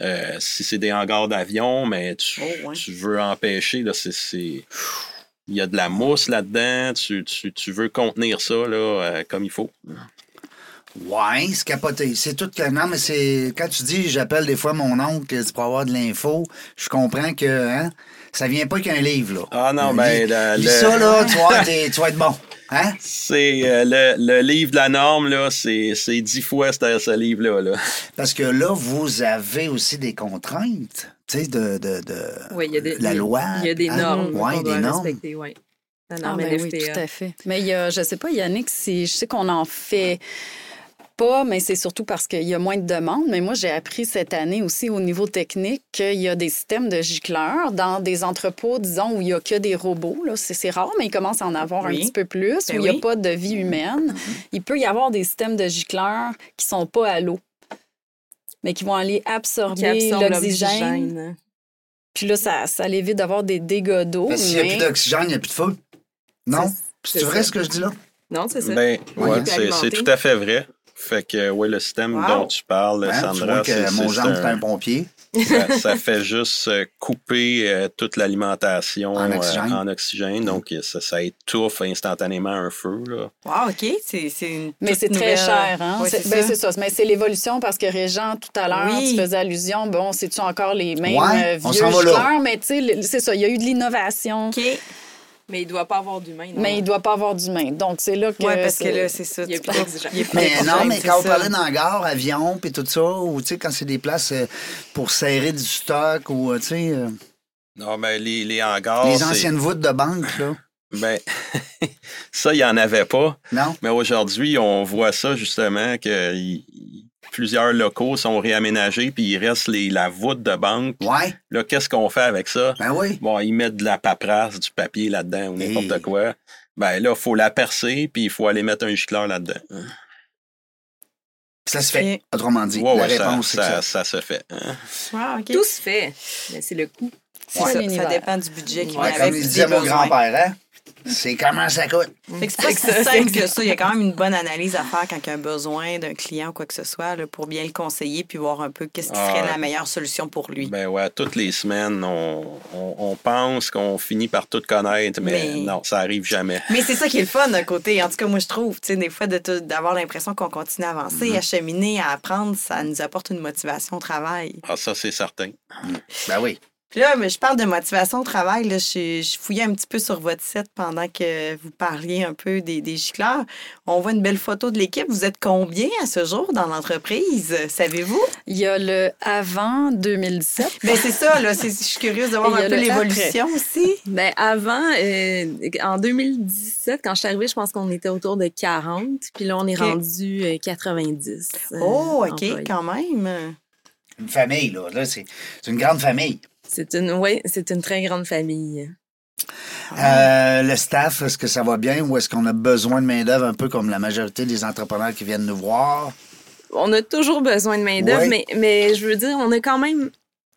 Euh, si c'est des hangars d'avion, mais tu, Oh, ouais. tu veux empêcher, là, c'est. c'est- Il y a de la mousse là-dedans, tu, tu- tu veux contenir ça là, euh, comme il faut. Ouais, c'est capoté. C'est tout que. Non, mais c'est. Quand tu dis j'appelle des fois mon oncle, tu pourras avoir de l'info, je comprends que hein, ça vient pas qu'un livre, là. Ah non, ben, la- lis, lis le- ça, là, tu vas, t'es- tu vas être bon. Hein? C'est euh, le, le livre de la norme, là, c'est c'est dix fois ce, ce livre-là. là. Parce que là, vous avez aussi des contraintes, tu sais, de, de, de Oui, il y a des, la loi. Il y a des hein? normes Ouais, qu'on des doit normes. respecter, oui. La Ah, norme ben oui, NFTA. tout à fait. Mais il y a, je sais pas, Yannick, si, je sais qu'on en fait pas, mais c'est surtout parce qu'il y a moins de demandes. Mais moi, j'ai appris cette année aussi au niveau technique qu'il y a des systèmes de gicleurs dans des entrepôts, disons, où il y a que des robots. là. C'est c'est rare, mais il commence à en avoir Oui. un petit peu plus, Ben où il n'y oui. Mm-hmm. a pas de vie humaine. Il peut y avoir des systèmes de gicleurs qui sont pas à l'eau, mais qui vont aller Qui absorber absorbe l'oxygène. l'oxygène. Puis là, ça, ça l'évite d'avoir des dégâts d'eau. Parce que s'il n'y a mais- plus d'oxygène, il n'y a plus de feu. Non? C'est C'est vrai ça. ce que je dis là? Non, c'est ça. Ben, On ouais, est c'est alimenté. c'est tout à fait vrai. Fait que, euh, ouais, le système Wow. dont tu parles, Hein, tu vois Sandra, c'est- que mon c'est- gendre, c'est c'est un pompier. ça, ça fait juste euh, couper euh, toute l'alimentation En euh, oxygène. en oxygène. Donc, euh, ça, ça étouffe instantanément un feu. Là. Wow, OK. C'est c'est une Mais toute c'est très nouvelle- euh, cher, hein? Ouais, c'est c'est ben, ça. c'est ça. Mais c'est l'évolution parce que Régent, tout à l'heure, Oui. tu faisais allusion, bon, c'est-tu encore les mêmes Ouais, euh, on vieux s'en va là. jeteurs? Mais tu sais, le- c'est ça, il y a eu de l'innovation, OK. Mais il doit pas avoir d'humain. non? mais il ne doit pas avoir d'humain. Donc, c'est là que... Ouais, parce que c'est- là, c'est ça. Il y a tu plus peux- d'exigence. il y a plus Mais non, d'exigence, mais c'est quand on ça. parlait d'hangar, avion, puis tout ça, ou tu sais, quand c'est des places euh, pour serrer du stock, ou euh, tu sais, euh, Non, mais les, les hangars. les Ah, c'est- anciennes voûtes de banque, là. Ben, ça, il n'y en avait pas. Non? Mais aujourd'hui, on voit ça justement que il- il- plusieurs locaux sont réaménagés, puis il reste les, la voûte de banque. Ouais, Là, qu'est-ce qu'on fait avec ça? ben oui. Bon, ils mettent de la paperasse, du papier là-dedans ou n'importe Hey. quoi. Ben là, il faut la percer, puis il faut aller mettre un gicleur là-dedans. Ça se fait, autrement dit. Ouais, la ouais, ça, réponse, c'est ça, que ça. ça se fait. hein. Ah, OK. Tout se fait. Mais c'est le coût. c'est Ouais, ça, ça, ça l'univers. dépend du budget qui Ouais, va Ben, comme avec. il puis disait des mon besoins. grand-père, hein? C'est comment ça coûte. Fait que c'est pas si simple que ça. Il y a quand même une bonne analyse à faire quand il y a un besoin d'un client ou quoi que ce soit là, pour bien le conseiller puis voir un peu qu'est-ce qui Ah, serait ouais. la meilleure solution pour lui. Ben ouais, toutes les semaines, on, on- on pense qu'on finit par tout connaître, mais, Mais- non, ça arrive jamais. Mais c'est ça qui est le fun d'un côté. En tout cas, moi, je trouve, tu sais, des fois, de te- d'avoir l'impression qu'on continue à avancer, Mm-hmm. à cheminer, à apprendre, ça nous apporte une motivation au travail. Ah, ça, c'est certain. Ben oui. Puis là, mais je parle de motivation au travail. Là, je, je fouillais un petit peu sur votre site pendant que vous parliez un peu des, des gicleurs. On voit une belle photo de l'équipe. Vous êtes combien à ce jour dans l'entreprise? Savez-vous? Il y a le avant 2017. Ben c'est ça, là. c'est- Je suis curieuse de voir Et il y un a peu le l'évolution aussi. Ben avant, euh, en 2017, quand je suis arrivée, je pense qu'on était autour de 40. Puis là, on est OK. rendu euh, 90. euh, Oh, OK, employés. quand même. Une famille, là. Là, c'est c'est une grande famille. C'est une, ouais, c'est une très grande famille. Euh, le staff, est-ce que ça va bien ou est-ce qu'on a besoin de main-d'œuvre un peu comme la majorité des entrepreneurs qui viennent nous voir? On a toujours besoin de main-d'œuvre, Ouais. mais, mais je veux dire, on a quand même.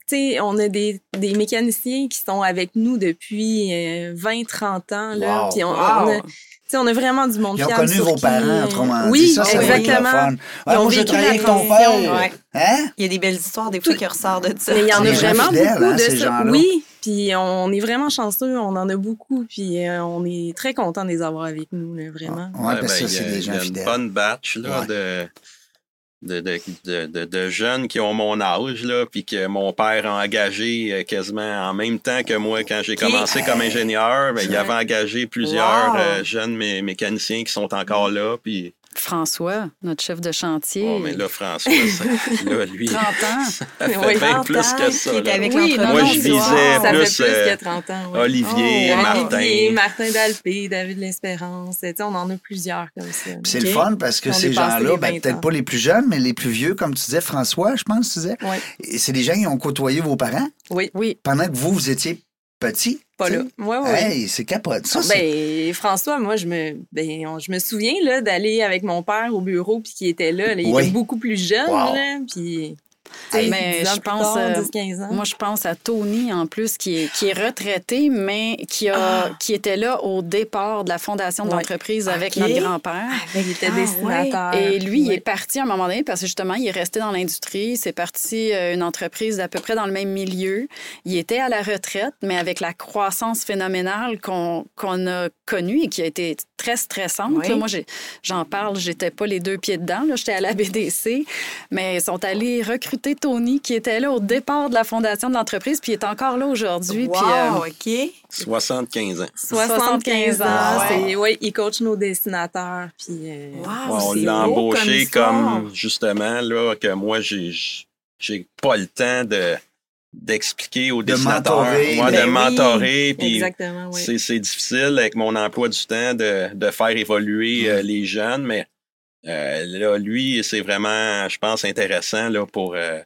Tu sais, on a des, des mécaniciens qui sont avec nous depuis 20-30 ans. Là, Wow. Puis on, Wow. on a, tu sais, on a vraiment du monde Ils ont fiable connu sur vos qui- parents, autrement dit. oui, ça, ça doit être le exactement. fun. Ah, Ils ont moi, j'ai vécu travaillé la avec ton transition. père. Ouais. Hein? Il y a des belles histoires des fois qui ressortent de ça. Mais il y en C'est a des gens vraiment fidèles, beaucoup hein, de ces ça. gens-là. Oui, puis on est vraiment chanceux, on en a beaucoup, puis euh, on est très content de les avoir avec nous, là, vraiment. Oui, parce que ça, ben, c'est il y a- des il y gens a une fidèles. bonne batch là, Ouais. de, de, de, de- de- de jeunes qui ont mon âge, là, puis que mon père a engagé euh, quasiment en même temps que moi quand j'ai commencé comme ingénieur. Ben, il avait engagé plusieurs Wow. euh, jeunes mé- mécaniciens qui sont encore là. Puis, François, notre chef de chantier, oh, mais là, François, ça- là, lui, 30 ans. ça fait oui, bien 30 plus ans que qui ça. est là. avec Oui, l'entreprise. Ah. Ah, Moi, je visais Wow. euh, Ça plus, fait plus euh, que 30 ans. oui. Olivier, Oh, ouais. Martin. Olivier, Martin Dalpé, David L'Espérance, tu sais, on en a plusieurs comme ça. Puis c'est Ok. le fun parce que Ils ont ces dépassé gens-là, les ben, 20 peut-être ans. pas les plus jeunes, mais les plus vieux, comme tu disais, François, je pense, tu disais. Ouais. Et C'est des gens qui ont côtoyé vos parents Oui, Oui. pendant que vous, vous étiez petits. pas tu là. sais. Ouais, ouais. Hey, c'est capote. Ça, c'est- Ben, François, moi, je me, ben, on- je me souviens là, d'aller avec mon père au bureau, puis qui était là. là. il Oui. était beaucoup plus jeune, Wow. là, puis... Hey, mais je pense, euh, 10-15 ans. Moi, je pense à Tony, en plus, qui est, qui est retraité, mais qui, a, qui était là au départ de la fondation de Ouais. l'entreprise avec Ok. notre grand-père. il était Ah, dessinateur. Et lui, il Ouais. est parti à un moment donné parce que justement, il est resté dans l'industrie. C'est parti euh, une entreprise d'à peu près dans le même milieu. Il était à la retraite, mais avec la croissance phénoménale qu'on qu'on a connue et qui a été très stressante. Oui. là. moi, j'ai- j'en parle, j'étais pas les deux pieds dedans. là. J'étais à la BDC, mais ils sont allés recruter Tony qui était là au départ de la fondation de l'entreprise, puis il est encore là aujourd'hui. Wow, Puis, euh, OK. 75 ans. 75 ans. Ah, ouais. c'est- ouais, il coach nos dessinateurs. Puis, euh, Wow, Ouais, on c'est l'a beau embauché comme, comme, justement là que moi j'ai j'ai pas le temps de d'expliquer aux De dessinateurs, mentorer. Ouais, Ben de oui, mentorer, puis Exactement, oui. c'est c'est difficile avec mon emploi du temps de, de faire évoluer euh, les jeunes, mais euh, là lui c'est vraiment je pense intéressant là pour euh,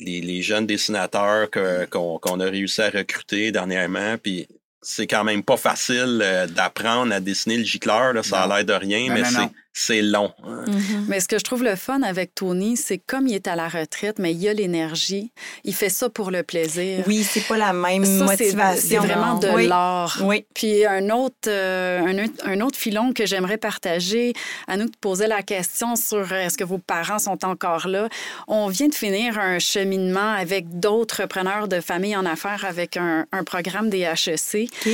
les, les jeunes dessinateurs que- qu'on qu'on a réussi à recruter dernièrement, puis c'est quand même pas facile euh, d'apprendre à dessiner le gicleur, là, ça a Non. l'air de rien, Non, mais non, c'est non. c'est long. hein. Mais ce que je trouve le fun avec Tony, c'est comme il est à la retraite, mais il a l'énergie, il fait ça pour le plaisir. Oui, c'est pas la même Ça, c'est- motivation. c'est vraiment de Oui. l'art. Oui. Puis un autre, euh, un, autre- un autre filon que j'aimerais partager, à nous de poser la question sur euh, est-ce que vos parents sont encore là. On vient de finir un cheminement avec d'autres preneurs de familles en affaires avec un, un programme des HEC. OK.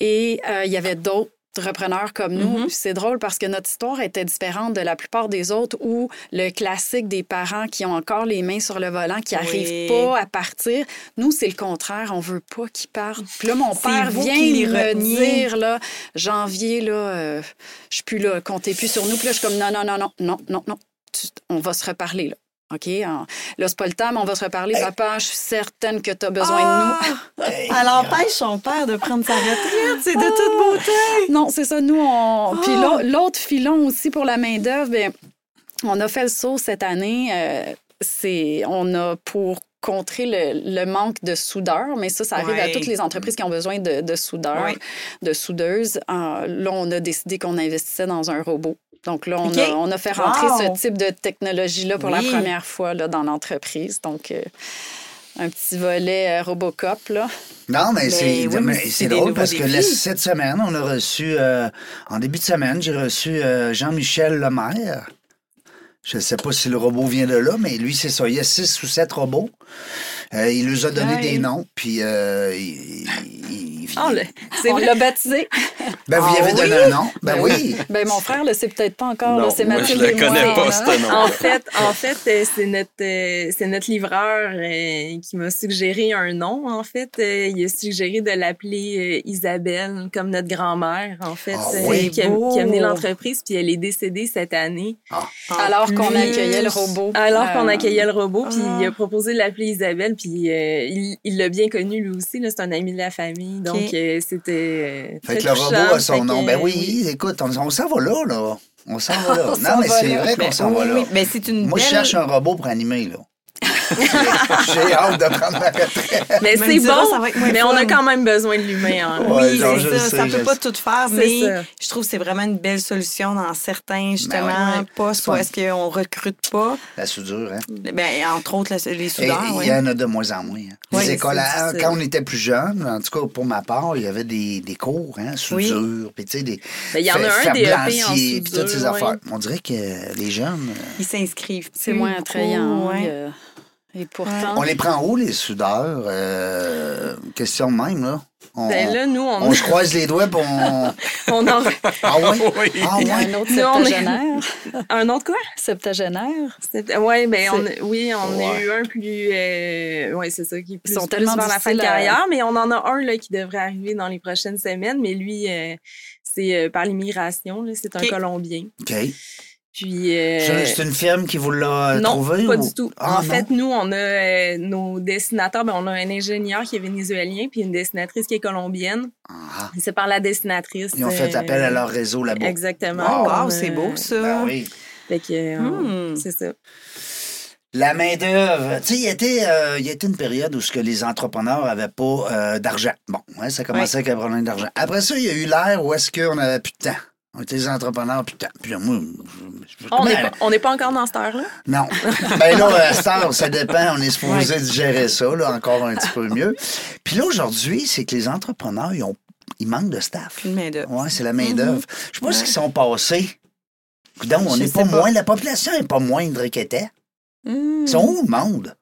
Et euh, il y avait d'autres repreneurs comme nous. Mhm. Puis C'est drôle parce que notre histoire était différente de la plupart des autres où le classique des parents qui ont encore les mains sur le volant, qui Oui. n'arrivent pas à partir. Nous, c'est le contraire. On veut pas qu'ils partent. Puis là, mon C'est père vous vient qui les me retenez. dire, là, janvier, là, euh, je suis plus là, comptez plus sur nous. Puis là, je suis comme, non, non, non, non, non, non, non, Tu- on va se reparler, là. OK? en- Là, c'est pas le temps, mais on va se reparler. Papa, je suis certaine que tu as besoin Ah! de Elle empêche son père de prendre sa retraite. C'est de Ah. toute beauté. nous. Non, c'est ça, nous, on. Puis Ah! l'au- l'autre filon aussi pour la main-d'œuvre, ben, on a fait le saut cette année. euh, c'est, on a pour contrer le, le manque de soudeurs, mais ça, ça arrive à Ouais. toutes les entreprises qui ont besoin de, de soudeurs, Ouais. de soudeuses. Euh, là, on a décidé qu'on investissait dans un robot. Donc là, on, OK. a, on a fait rentrer Wow. ce type de technologie-là pour Oui. la première fois là, dans l'entreprise. Donc, euh, un petit volet euh, Robocop, là. Non, mais, Mais c'est oui, mais mais c'est c'est des drôle nouveaux parce que défis. la- cette semaine, on a reçu, euh, en début de semaine, j'ai reçu euh, Jean-Michel Lemaire. Je ne sais pas si le robot vient de là, mais lui, c'est ça. Il y a six ou sept robots. Euh, il nous a donné Ouais. des noms, puis euh, il, il- il- Ah, On l'a- on l'a baptisé. Ben, vous Ah lui avez donné un nom. Ben Ben oui. Ben, mon frère le sait peut-être pas encore. Non, là, c'est moi, je Mathilde le et connais moi, pas, là. ce nom. En fait, en fait, euh, c'est notre, euh, c'est notre livreur euh, qui m'a suggéré un nom. En fait, Euh, il a suggéré de l'appeler euh, Isabelle, comme notre grand-mère. En fait, Ah euh, oui. qui, a, Beau. qui a mené l'entreprise, puis elle est décédée cette année. Alors qu'on plus. accueillait le robot. Ah, Alors qu'on Euh, accueillait le robot, puis ah. il a proposé de l'appeler Isabelle, puis euh, il il l'a bien connu lui aussi. là, C'est un ami de la famille, donc euh, c'était. euh, Fait très que le robot touchant, a son fait nom. que, Ben euh, oui, écoute, on, on s'en va là, là. On s'en va là. On non, s'en mais va c'est là. vrai qu'on s'en va là. Ben Oui, mais c'est une Moi, belle... je cherche un robot pour animer, là. J'ai hâte de prendre ma retraite. Mais Mais c'est me dira, bon, ça va être moins mais fun. on a quand même besoin de l'humain. hein. Ouais, Oui, genre, c'est je ça. sais, ça je peut pas sais. tout faire, C'est mais ça. je trouve que c'est vraiment une belle solution dans certains, justement, Ben ouais. postes où Ouais. est-ce qu'on recrute pas. La soudure, hein. Ben, entre autres, la- les Et- soudeurs, et oui. Il y en a de moins en moins. hein. Oui, les écoles, c'est à- difficile. quand on était plus jeune, en tout cas pour ma part, il y avait des, des cours, hein, soudure, puis tu sais, des. Ben, il y en fa- a un faire DEP en blancier, puis soudure. toutes ces ouais. affaires. On dirait que les jeunes, euh, Ils s'inscrivent. C'est plus moins beaucoup, attrayant. ouais. oui, euh, Et pourtant. Ah on les prend où, les soudeurs? Euh, question de même, là. On, Ben là, nous, on, on se croise les doigts, puis on. on en... Ah ouais? Oui. Ah Il y a ouais? un autre Nous, on est- septagénaire. un autre quoi? septagénaire. C'était- Ouais, ben, on a- oui, on a Ouais. eu un plus. euh, ouais, c'est ça, qui est plus, sont plus tellement vers la fin de difficiles à- carrière, mais on en a un là, qui devrait arriver dans les prochaines semaines. Mais lui, euh, c'est euh, par l'immigration. là, C'est un Ok. Colombien. OK. Puis. euh, C'est c'est une firme qui vous l'a non, trouvé? pas ou- du tout. Ah, en non? fait, nous, on a euh, nos dessinateurs. Ben, on a un ingénieur qui est vénézuélien, puis une dessinatrice qui est colombienne. Ah, C'est par la dessinatrice. ils ont fait euh, appel à leur réseau là-bas. Exactement. Wow, On, c'est euh, beau, ça. Ben oui. fait que, euh, Hmm. C'est ça. La main-d'œuvre. Tu sais, il y, était, euh, il y était une période où ce que les entrepreneurs n'avaient pas euh, d'argent. Bon, hein, ça commençait avec un problème d'argent. Après ça, il y a eu l'ère où est-ce qu'on n'avait plus de temps. On était des entrepreneurs, plus de temps. Puis euh, moi, je- je- On n'est ben, pas, on n'est pas encore dans cette heure-là. Non. Ben là, à cette heure, ça dépend. On est supposé digérer ça, là, encore un petit peu mieux. Puis là, aujourd'hui, c'est que les entrepreneurs, ils, ont, ils manquent de staff. Plus de main-d'œuvre. Oui, c'est la main-d'œuvre. Je sais pas ce qu'ils sont passés. Donc, on Mhm. Je n'est pas, sais pas. moins. La population n'est pas moindre qu'elle était. Hmm. Ils sont où le monde?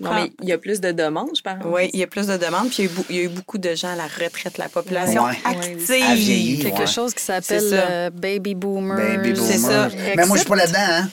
Non, mais il y a plus de demandes, je pense. Oui, il y a plus de demandes, puis il y, a eu bou- il y a eu beaucoup de gens à la retraite, la population Ouais. A active. vieilli, Quelque ouais. chose qui s'appelle ça. euh, Baby Boomers. Baby C'est boomers. ça. Mais Ben, moi, je suis pas là-dedans, hein?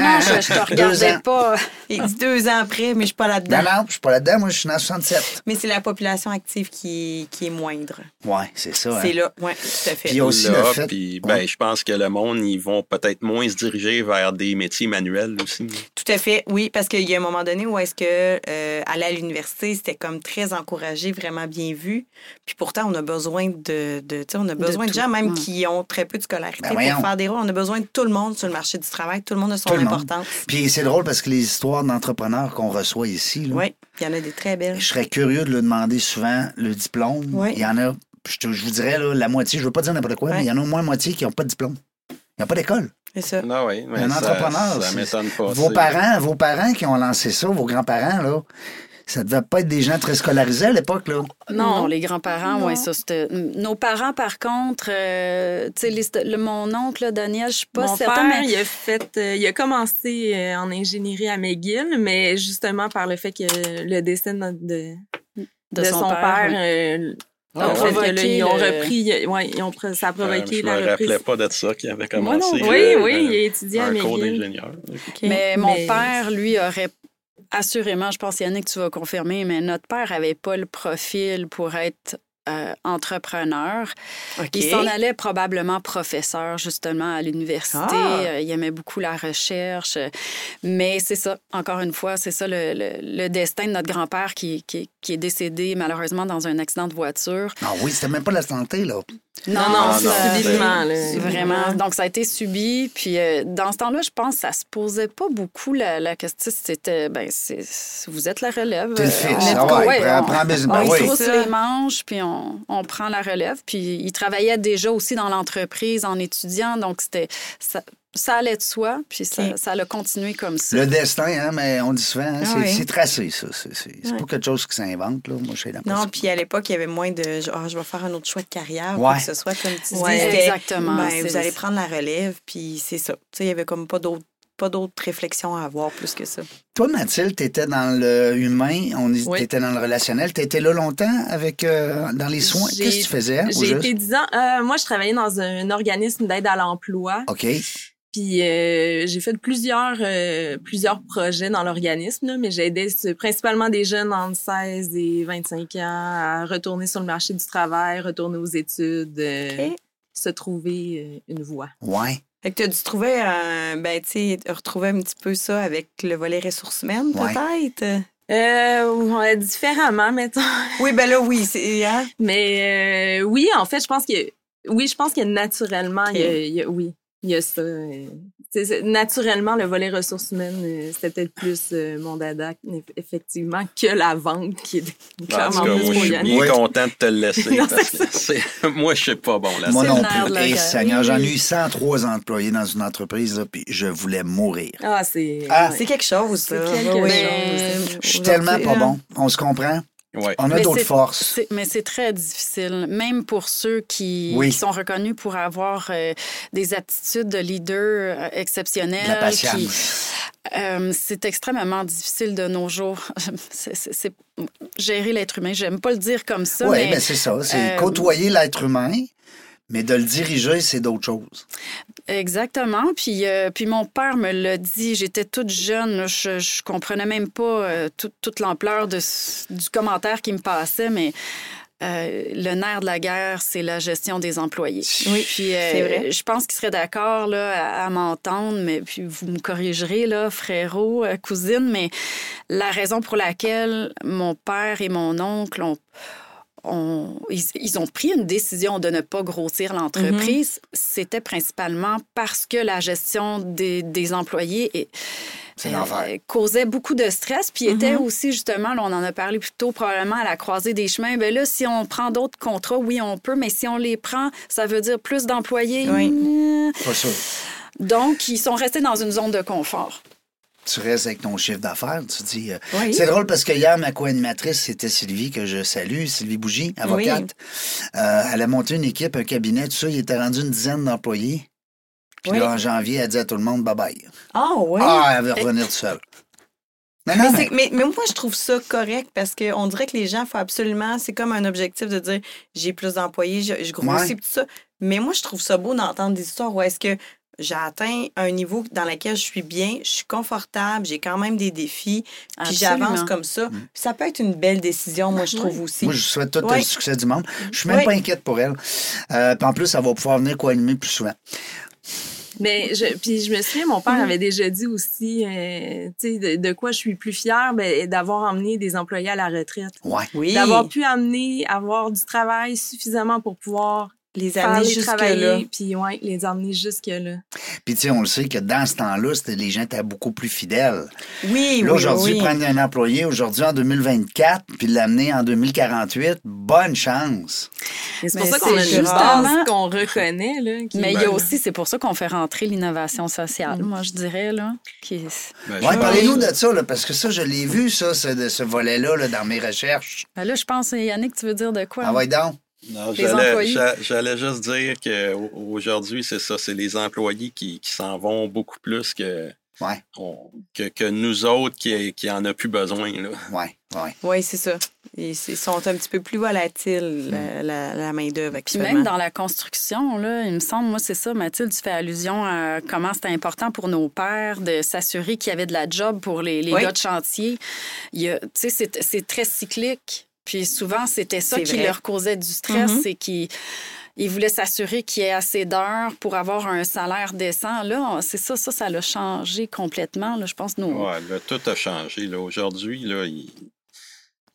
Non, non, je, je te Deux regardais ans. pas. Il dit deux ans après, mais je suis pas là-dedans. Non, non, je suis pas là-dedans. Moi, je suis en 67. Mais c'est la population active qui est, qui est moindre. Ouais, c'est ça. hein. C'est là, oui, tout à fait. Puis aussi Là, le fait. hein? puis, ben, Ouais. je pense que le monde, ils vont peut-être moins se diriger vers des métiers manuels aussi. Tout à fait, oui, parce qu'il y a un moment donné où est-ce que euh, aller à l'université, c'était comme très encouragé, vraiment bien vu. Puis pourtant, on a besoin de, de tu sais, on a besoin de, tout, gens même ouais. qui ont très peu de scolarité Ben pour voyons. faire des rôles. On a besoin de tout le monde sur le marché du travail. Tout le monde a son Tout le monde. importance. Puis c'est drôle parce que les histoires d'entrepreneurs qu'on reçoit ici, là, Oui, il y en a des très belles. je serais curieux de lui demander souvent le diplôme. Ouais. Il y en a, je, te- je vous dirais, là, la moitié, je veux pas dire n'importe quoi, Ouais. mais il y en a au moins la moitié qui n'ont pas de diplôme. Il n'y a pas d'école. C'est ça. Non, oui, mais Un ça- entrepreneur, Ça c'est- m'étonne pas. Vos c'est- parents, vos parents qui ont lancé ça, vos grands-parents, là, ça devait pas être des gens très scolarisés à l'époque, là. Non, Non. les grands-parents, oui, ça, c'était... Nos parents, par contre, euh, tu sais, les- le- mon oncle, là, Daniel, je suis pas Mon certaine, père, mais... il a fait, euh, il a commencé euh, en ingénierie à McGill, mais justement par le fait que le décès de, notre- de- de son, père, oui. euh, Ah, a ouais. fait que, là, ils ont le- repris, ouais, ils ont, pre- ça a provoqué Euh, je la me rappelais reprise. pas de ça qu'il avait Moi non commencé. plus. Oui, euh, oui, il a un- étudié à un cours McGill. d'ingénieur. OK. Mais Mais- mon père, lui, aurait assurément, je pense, Yannick, tu vas confirmer, mais notre père avait pas le profil pour être euh, entrepreneur. OK. Il s'en allait probablement professeur, justement, à l'université. Ah. Euh, Il aimait beaucoup la recherche. Euh, Mais c'est ça, encore une fois, c'est ça le, le- le destin de notre grand-père qui, qui- qui est décédé, malheureusement, dans un accident de voiture. Ah oui, c'était même pas de la santé, là. Non, non, non, ça- c'est subitement. là. c'est Vraiment. Donc, ça a été subi. Puis, euh, dans ce temps-là, je pense que ça se posait pas beaucoup la, la question. C'était, ben, c'est, vous êtes la relève. T'es le Euh, fils. let's Ah go. ouais, Ouais, prends, on- prends un business. on Ben oui. se trousse ça. les manches, puis on, on prend la relève. Puis il travaillait déjà aussi dans l'entreprise en étudiant, donc c'était ça, ça allait de soi, puis ça, OK. ça l'a continué comme ça. Le destin, hein, mais on dit souvent, hein, Ah c'est oui. c'est tracé, ça. C'est c'est- c'est Ouais. pas quelque chose qui s'invente, là. Moi, je suis dans Non, puis à l'époque, il y avait moins de genre, Ah, je vais faire un autre choix de carrière, ou Ouais. quoi que ce soit, comme tu dis. Ouais, c'était, exactement, ben, c'est- vous allez prendre la relève, puis c'est ça. Tu sais, il y avait comme pas d'autres pas d'autres réflexions à avoir plus que ça. Toi, Mathilde, t'étais dans le humain, on dit Oui. t'étais dans le relationnel. T'étais là longtemps avec euh, dans les soins. J'ai- Qu'est-ce que tu faisais? au J'ai juste? été 10 ans. euh, moi, je travaillais dans un organisme d'aide à l'emploi. OK. Puis euh, j'ai fait plusieurs euh, plusieurs projets dans l'organisme, là, mais j'aidais euh, principalement des jeunes entre 16 et 25 ans à retourner sur le marché du travail, retourner aux études, euh, OK. se trouver euh, une voie. Ouais. Fait que tu as dû trouver, un- ben, tu sais, retrouver un petit peu ça avec le volet ressources humaines, Ouais. peut-être? Euh, ouais, différemment, mettons. Oui, ben là, oui, c'est. hein? Mais euh, oui, en fait, je pense que oui, je pense que naturellement, il y a- il y a- oui, il y a ça. euh, c'est- c'est- naturellement, le volet ressources humaines, euh, c'était peut-être plus euh, mon dada, eff- effectivement, que la vente qui est Ben, En clairement tout cas, plus moi, je pour suis Yannick. bien Oui. content de te le laisser. Non, parce que c'est- moi, je suis pas bon là-dessus. Moi C'est non le nerf de plus. la Et guerre. Seigneur, Oui, j'en ai oui. eu 103 employés dans une entreprise, là, puis je voulais mourir. Ah, c'est. Ah, ouais. C'est quelque chose, ça. C'est quelque Oui. chose. Je suis tellement hein. pas bon. On se comprend? Ouais. On a Mais d'autres c'est- forces. C'est- Mais c'est très difficile, même pour ceux qui, Oui. qui sont reconnus pour avoir euh, des aptitudes de leader euh, exceptionnelles. De la qui- patience. Euh, c'est extrêmement difficile de nos jours. C'est- c'est- c'est- gérer l'être humain. J'aime pas le dire comme ça, Oui, mais ben c'est ça. C'est euh, côtoyer l'être humain, mais de le diriger, c'est d'autres choses. Exactement. Puis, euh, puis mon père me l'a dit. J'étais toute jeune. là. Je, je comprenais même pas euh, tout- toute l'ampleur de ce- du commentaire qui me passait, mais euh, le nerf de la guerre, c'est la gestion des employés. hein. Oui, Puis, euh, c'est vrai. Je pense qu'il serait d'accord là, à, à m'entendre, mais puis vous me corrigerez, là, frérot, euh, cousine, mais la raison pour laquelle mon père et mon oncle ont on- ils, ils ont pris une décision de ne pas grossir Mm-hmm. l'entreprise, c'était principalement parce que la gestion des, des employés est- C'est l'enfer. euh, causait beaucoup de stress. Puis Mm-hmm. Mhm. était aussi, justement, là, on en a parlé plus tôt, probablement à la croisée des chemins. Ben là, si on prend d'autres contrats, oui, on peut, mais si on les prend, ça veut dire plus d'employés. Oui. Euh, Pas sûr. Donc, ils sont restés dans une zone de confort. Tu restes avec ton chiffre d'affaires, tu dis. euh, Oui. C'est drôle parce que hier, ma co-animatrice, c'était Sylvie que je salue, Sylvie Bougie, avocate. Euh, elle a monté une équipe, un cabinet, tout ça. Il était rendu une dizaine d'employés. Puis Oui. là, en janvier, elle dit à tout le monde bye-bye. Ah, oui. Ah, elle veut revenir tout seul. Mais non, Mais, mais c'est- mais- mais moi, je trouve ça correct parce qu'on dirait que les gens font absolument. C'est comme un objectif de dire j'ai plus d'employés, je, je grossis, Ouais. pis tout ça. Mais moi, je trouve ça beau d'entendre des histoires où est-ce que j'ai atteint un niveau dans lequel je suis bien, je suis confortable, j'ai quand même des défis, puis Absolument. j'avance comme ça. Ça peut être une belle décision, moi, je trouve aussi. Mm. Moi, je souhaite tout Oui. le succès du monde. Je suis même Oui. pas inquiète pour elle. Euh, puis en plus, elle va pouvoir venir co-animer plus souvent. Mais je, puis je me souviens, mon Mm-hmm. père avait déjà dit aussi, euh, tu sais, de, de quoi je suis plus fière, ben, d'avoir emmené des employés à la retraite. Ouais. Oui. D'avoir pu amener, avoir du travail suffisamment pour pouvoir Les faire années les jusque-là. travailler, puis ouais, les emmener jusque-là. Puis, tu sais, on le sait que dans ce temps-là, c'était- les gens étaient beaucoup plus fidèles. Oui, oui, Là, aujourd'hui, oui. prendre un employé aujourd'hui en 2024, puis l'amener en 2048, bonne chance. Mais C'est Mais pour ça qu'on a c'est une justement- base qu'on reconnaît. Là, qui- Mais il y a aussi, c'est pour ça qu'on fait rentrer l'innovation sociale, Mm. moi, je dirais, là. Qui... Ben, Ouais, je- parlez-nous de ça, là, parce que ça, je l'ai vu, ça, ce, de ce volet-là, là, dans mes recherches. Ben là, je pense, Yannick, tu veux dire de quoi? Ah ouais, donc. Non, Les j'allais, employés. j'a- j'allais juste dire qu'aujourd'hui, c'est ça, c'est les employés qui, qui s'en vont beaucoup plus que, Ouais. on- que, que nous autres qui, qui en a plus besoin. Là. Ouais, ouais. Oui, c'est ça. Ils ils sont un petit peu plus Mm. volatiles, la, la- la main-d'œuvre Puis actuellement. même dans la construction, là, il me semble, moi, c'est ça, Mathilde, tu fais allusion à comment c'était important pour nos pères de s'assurer qu'il y avait de la job pour les, les Oui. gars de chantier. Il y a- Tu sais, c'est- c'est très cyclique. Puis souvent, c'était ça C'est qui vrai. leur causait du stress Mhm. et qui... Ils voulaient s'assurer qu'il y ait assez d'heures pour avoir un salaire décent. Là, on- c'est ça, ça, ça l'a changé complètement. Là, je pense nos, Ouais, là, tout a changé. Là. Aujourd'hui, là, il,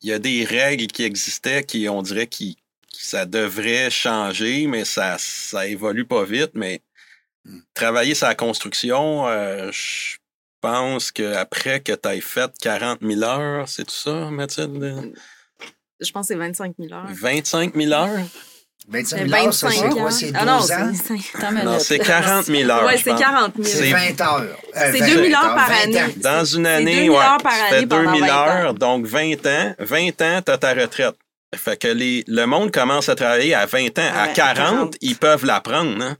il y a des règles qui existaient qui, on dirait, qui, qui- ça devrait changer, mais ça, ça évolue pas vite. Mais travailler sa construction, euh, je pense qu'après que tu aies fait 40 000 heures, c'est tout ça, Mathilde? Je pense que c'est 25 000 heures. 25 000 heures? 25 C'est 000 heures, ça, c'est 25 quoi? heures. C'est 12 Ben, Ah non, ans? c'est- Attends, mais Non, là- c'est 40 000 heures. Ouais, je c'est pense. 40 000. C'est C'est- 20 heures. Euh, C'est 20 2000 heures ans, par 20 année. ans. Dans une année, 2000 ouais, heures par tu année fais pendant 2000 vingt heures, donc 20 ans. 20 ans, tu as ta retraite. Fait que les, le monde commence à travailler à 20 ans. à Ouais, 40, 40. ils peuvent la prendre. Hein?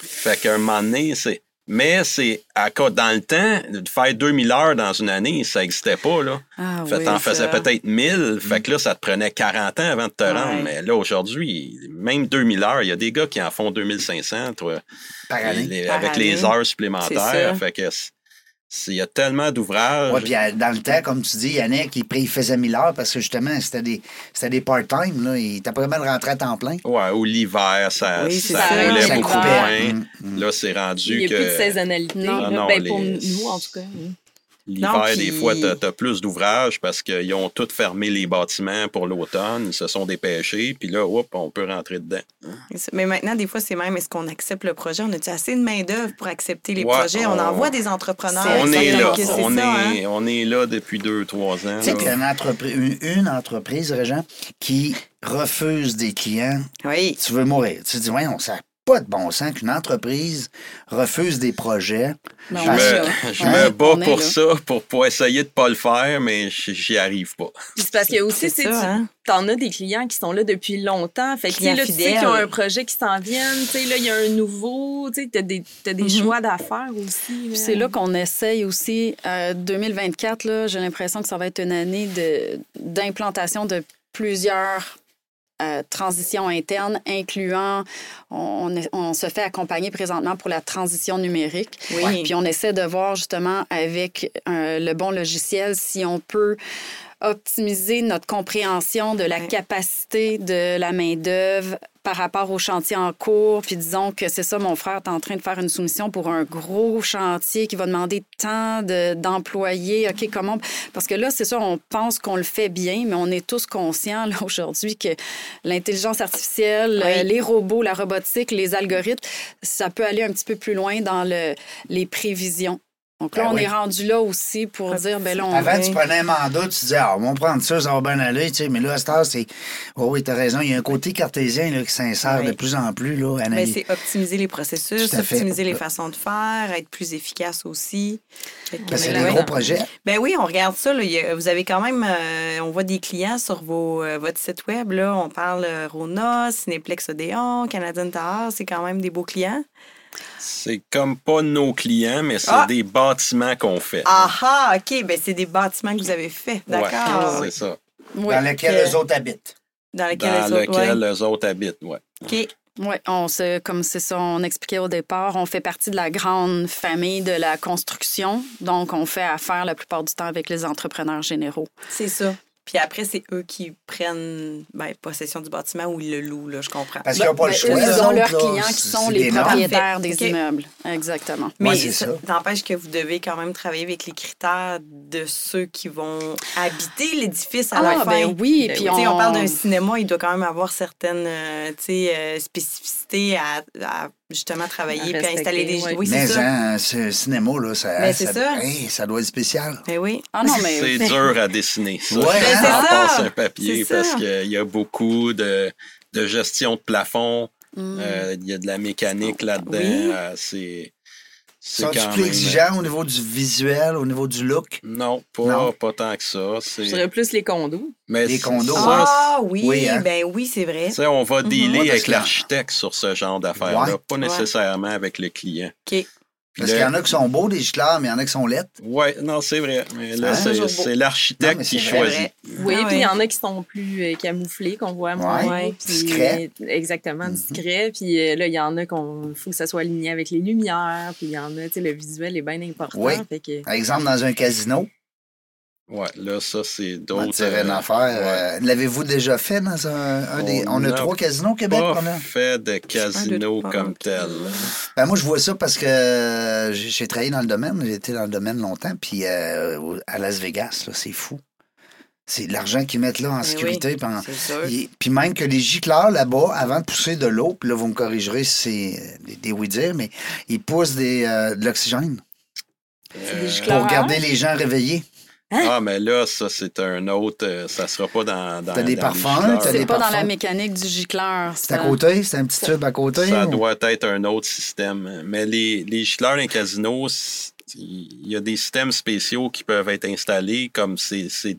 Fait qu'à un moment donné, c'est... Mais c'est à cause- dans le temps, de faire 2000 heures dans une année, ça n'existait pas. Là. Ah fait que oui, t'en ça. faisais peut-être 1000. Fait que là, ça te prenait 40 ans avant de te Ouais. rendre. Mais là, aujourd'hui, même 2000 heures, il y a des gars qui en font 2500. Toi, Par les- année. les- Par avec année. les heures C'est ça. supplémentaires. Fait que c'est- c'est- il y a tellement d'ouvrages. Ouais, puis à- dans le temps, comme tu dis, Yannick, il, il faisait 1000 heures parce que justement, c'était des, c'était des part-time. Là. Il était pas capable de rentrer à temps plein. Ouais, ou l'hiver, ça, Oui, c'est ça, ça. roulait Ça beaucoup coupait. moins. Mm, mm. Là, c'est Il n'y rendu a plus de que Ah saisonnalité. Non, là. non, ben, Pour les- nous, en tout cas. Non, l'hiver, des puis- fois, t'as as plus d'ouvrages parce qu'ils ont tous fermé les bâtiments pour l'automne. Ils se sont dépêchés. Puis là, oups, on peut rentrer dedans. Mais maintenant, des fois, c'est même est-ce qu'on accepte le projet? On a-tu assez de main-d'œuvre pour accepter les Ouais, projets? On on- envoie des entrepreneurs. Ah, on est là. Fait que c'est On, ça, hein. est, on est là depuis deux, trois ans. Tu sais là. qu'il y a une entreprise, une, une entreprise, Régent, qui refuse des clients. Oui. Tu veux mourir. Tu te dis, voyons, ça n'a pas de bon sens qu'une entreprise refuse des projets. Mais on Je Ouais. est là. me, je Ouais, me on bats est pour là. ça, pour, pour essayer de pas le faire, mais j- j'y arrive pas. Puis c'est parce que aussi, C'est tu ça, hein? en as des clients qui sont là depuis longtemps. Fait que, tu sais, Clients là, tu sais fidèles. qu'ils ont un projet qui s'en vient. Tu sais, là, il y a un nouveau. Tu sais, t'as des, t'as des Mhm. choix d'affaires aussi. Puis C'est là qu'on essaye aussi. Euh, 2024, là, j'ai l'impression que ça va être une année de- d'implantation de, plusieurs euh, transitions internes, incluant, on, on est- on se fait accompagner présentement pour la transition numérique. Oui. Puis on essaie de voir justement avec euh, le bon logiciel si on peut optimiser notre compréhension de la Ouais. capacité de la main-d'œuvre par rapport au chantier en cours. Puis disons que c'est ça, mon frère est en train de faire une soumission pour un gros chantier qui va demander tant de- d'employés. OK, comment? Parce que là, c'est sûr, on pense qu'on le fait bien, mais on est tous conscients là, aujourd'hui que l'intelligence artificielle, Oui. euh, les robots, la robotique, les algorithmes, ça peut aller un petit peu plus loin dans le, les prévisions. Donc là, Ben on oui. est rendu là aussi pour dire, ben là, on Avant, Ah Oui. tu prenais un mandat, tu disais, ah, on va prendre ça, ça va bien aller, tu sais, mais là, à cette heure, c'est. Oh, oui, t'as raison, il y a un côté cartésien là, qui s'insère Oui. de plus en plus, là, Ben, analyse. c'est optimiser les processus, Tout à fait. optimiser les façons de faire, être plus efficace aussi. Fait qu'on Parce que est c'est là- des ouais. gros projets. Ben oui, on regarde ça. là. Il y a- vous avez quand même, euh, on voit des clients sur vos, euh, votre site web. Là. On parle euh, Rona, Cinéplex Odéon, Canadian Tower. C'est quand même des beaux clients. C'est comme pas nos clients, mais c'est Ah! des bâtiments qu'on fait. Ah ah, OK. Ben, c'est des bâtiments que vous avez faits, d'accord? Ouais, c'est ça. Oui, dans lesquels que- les autres habitent. Dans lesquels Dans les autres- ouais. lequel les autres habitent, ouais. OK. oui, on se, comme c'est ça, on expliquait au départ, on fait partie de la grande famille de la construction, donc on fait affaire la plupart du temps avec les entrepreneurs généraux. C'est ça. Puis après, c'est eux qui prennent ben, possession du bâtiment ou ils le louent, là, je comprends. Parce qu'ils n'ont pas le Ben, choix. eux, eux ils ont autres, leurs là, clients qui c'est- sont c'est les des normes. propriétaires des Ok. immeubles. Exactement. Mais Ouais, c'est ça ça. n'empêche que vous devez quand même travailler avec les critères de ceux qui vont habiter l'édifice à la Ah, fin. ben oui, Euh, puis tu sais, on... on- parle d'un cinéma, il doit quand même avoir certaines euh, tu sais, euh, spécificités à, à justement travailler À puis à installer des... respecter, Oui, c'est Mais ça. hein, ce cinéma, là, ça, Ben, c'est ça. hey, ça doit être spécial. Mais Ben oui. Ah non, mais. C'est dur à dessiner. Ça, Ouais, Je ben, pense c'est qu'on ça. passe un papier C'est parce ça. qu'il y a beaucoup de, de gestion de plafond. Hmm. euh, Il y a de la mécanique là-dedans. Oui. euh, c'est c'est Sont-tu plus quand même- hein. euh, exigeants au niveau du visuel, au niveau du look? Non, pas, Non. pas tant que ça. c'est- Je dirais plus les condos. Mais Les c'est- condos, ça, Ah oui, Oui, hein. ben oui, c'est vrai. Tu sais, on va dealer Ouais, parce avec que- l'architecte sur ce genre d'affaires-là, Ouais. pas nécessairement avec le client. OK. Parce qu'il y en a qui sont beaux, des giclards, mais il y en a qui sont lettres. Oui, non, c'est vrai. Mais là, Ah, c'est- toujours beau. c'est Non, l'architecte mais qui c'est C'est vrai. choisit. vrai. Oui, Ah puis il y ouais. en a qui sont plus euh, camouflés, qu'on voit moins. Ouais, puis- euh, discrets. Exactement, Mhm. discret. Puis euh, là, il y en a qu'on faut que ça soit aligné avec les lumières. Puis il y en a, tu sais, le visuel est bien important. Oui. Fait que, Par exemple, dans un casino, Ouais, là, ça, c'est on d'autres. dirait une euh, affaire. euh, ouais. L'avez-vous déjà fait dans un, un des. On On a a trois casinos au Québec pas qu'on a? fait de casino trois, comme ok. tel. Ben, moi, je vois ça parce que euh, j'ai j'ai travaillé dans le domaine, j'ai été dans le domaine longtemps, puis euh, au- à Las Vegas, là, c'est fou. C'est de l'argent qu'ils mettent là en Eh sécurité. puis en- C'est sûr. Et- Puis même que les gicleurs là-bas, avant de pousser de l'eau, puis là, vous me corrigerez si c'est euh, des, des oui-dire, mais ils poussent des, euh, de l'oxygène c'est Euh, des pour gicleurs. garder les gens réveillés. Euh, Hein? Ah, mais là, ça, c'est un autre. euh, ça sera pas dans. dans T'as des dans parfums, les t'as C'est des- gicleurs. pas dans la parfums. mécanique du gicleur. C'est à ça. côté, c'est un petit tube à côté. Ça ou- doit être un autre système. Mais les, les gicleurs d'un casino, c'est- il y a des systèmes spéciaux qui peuvent être installés, comme c'est c'est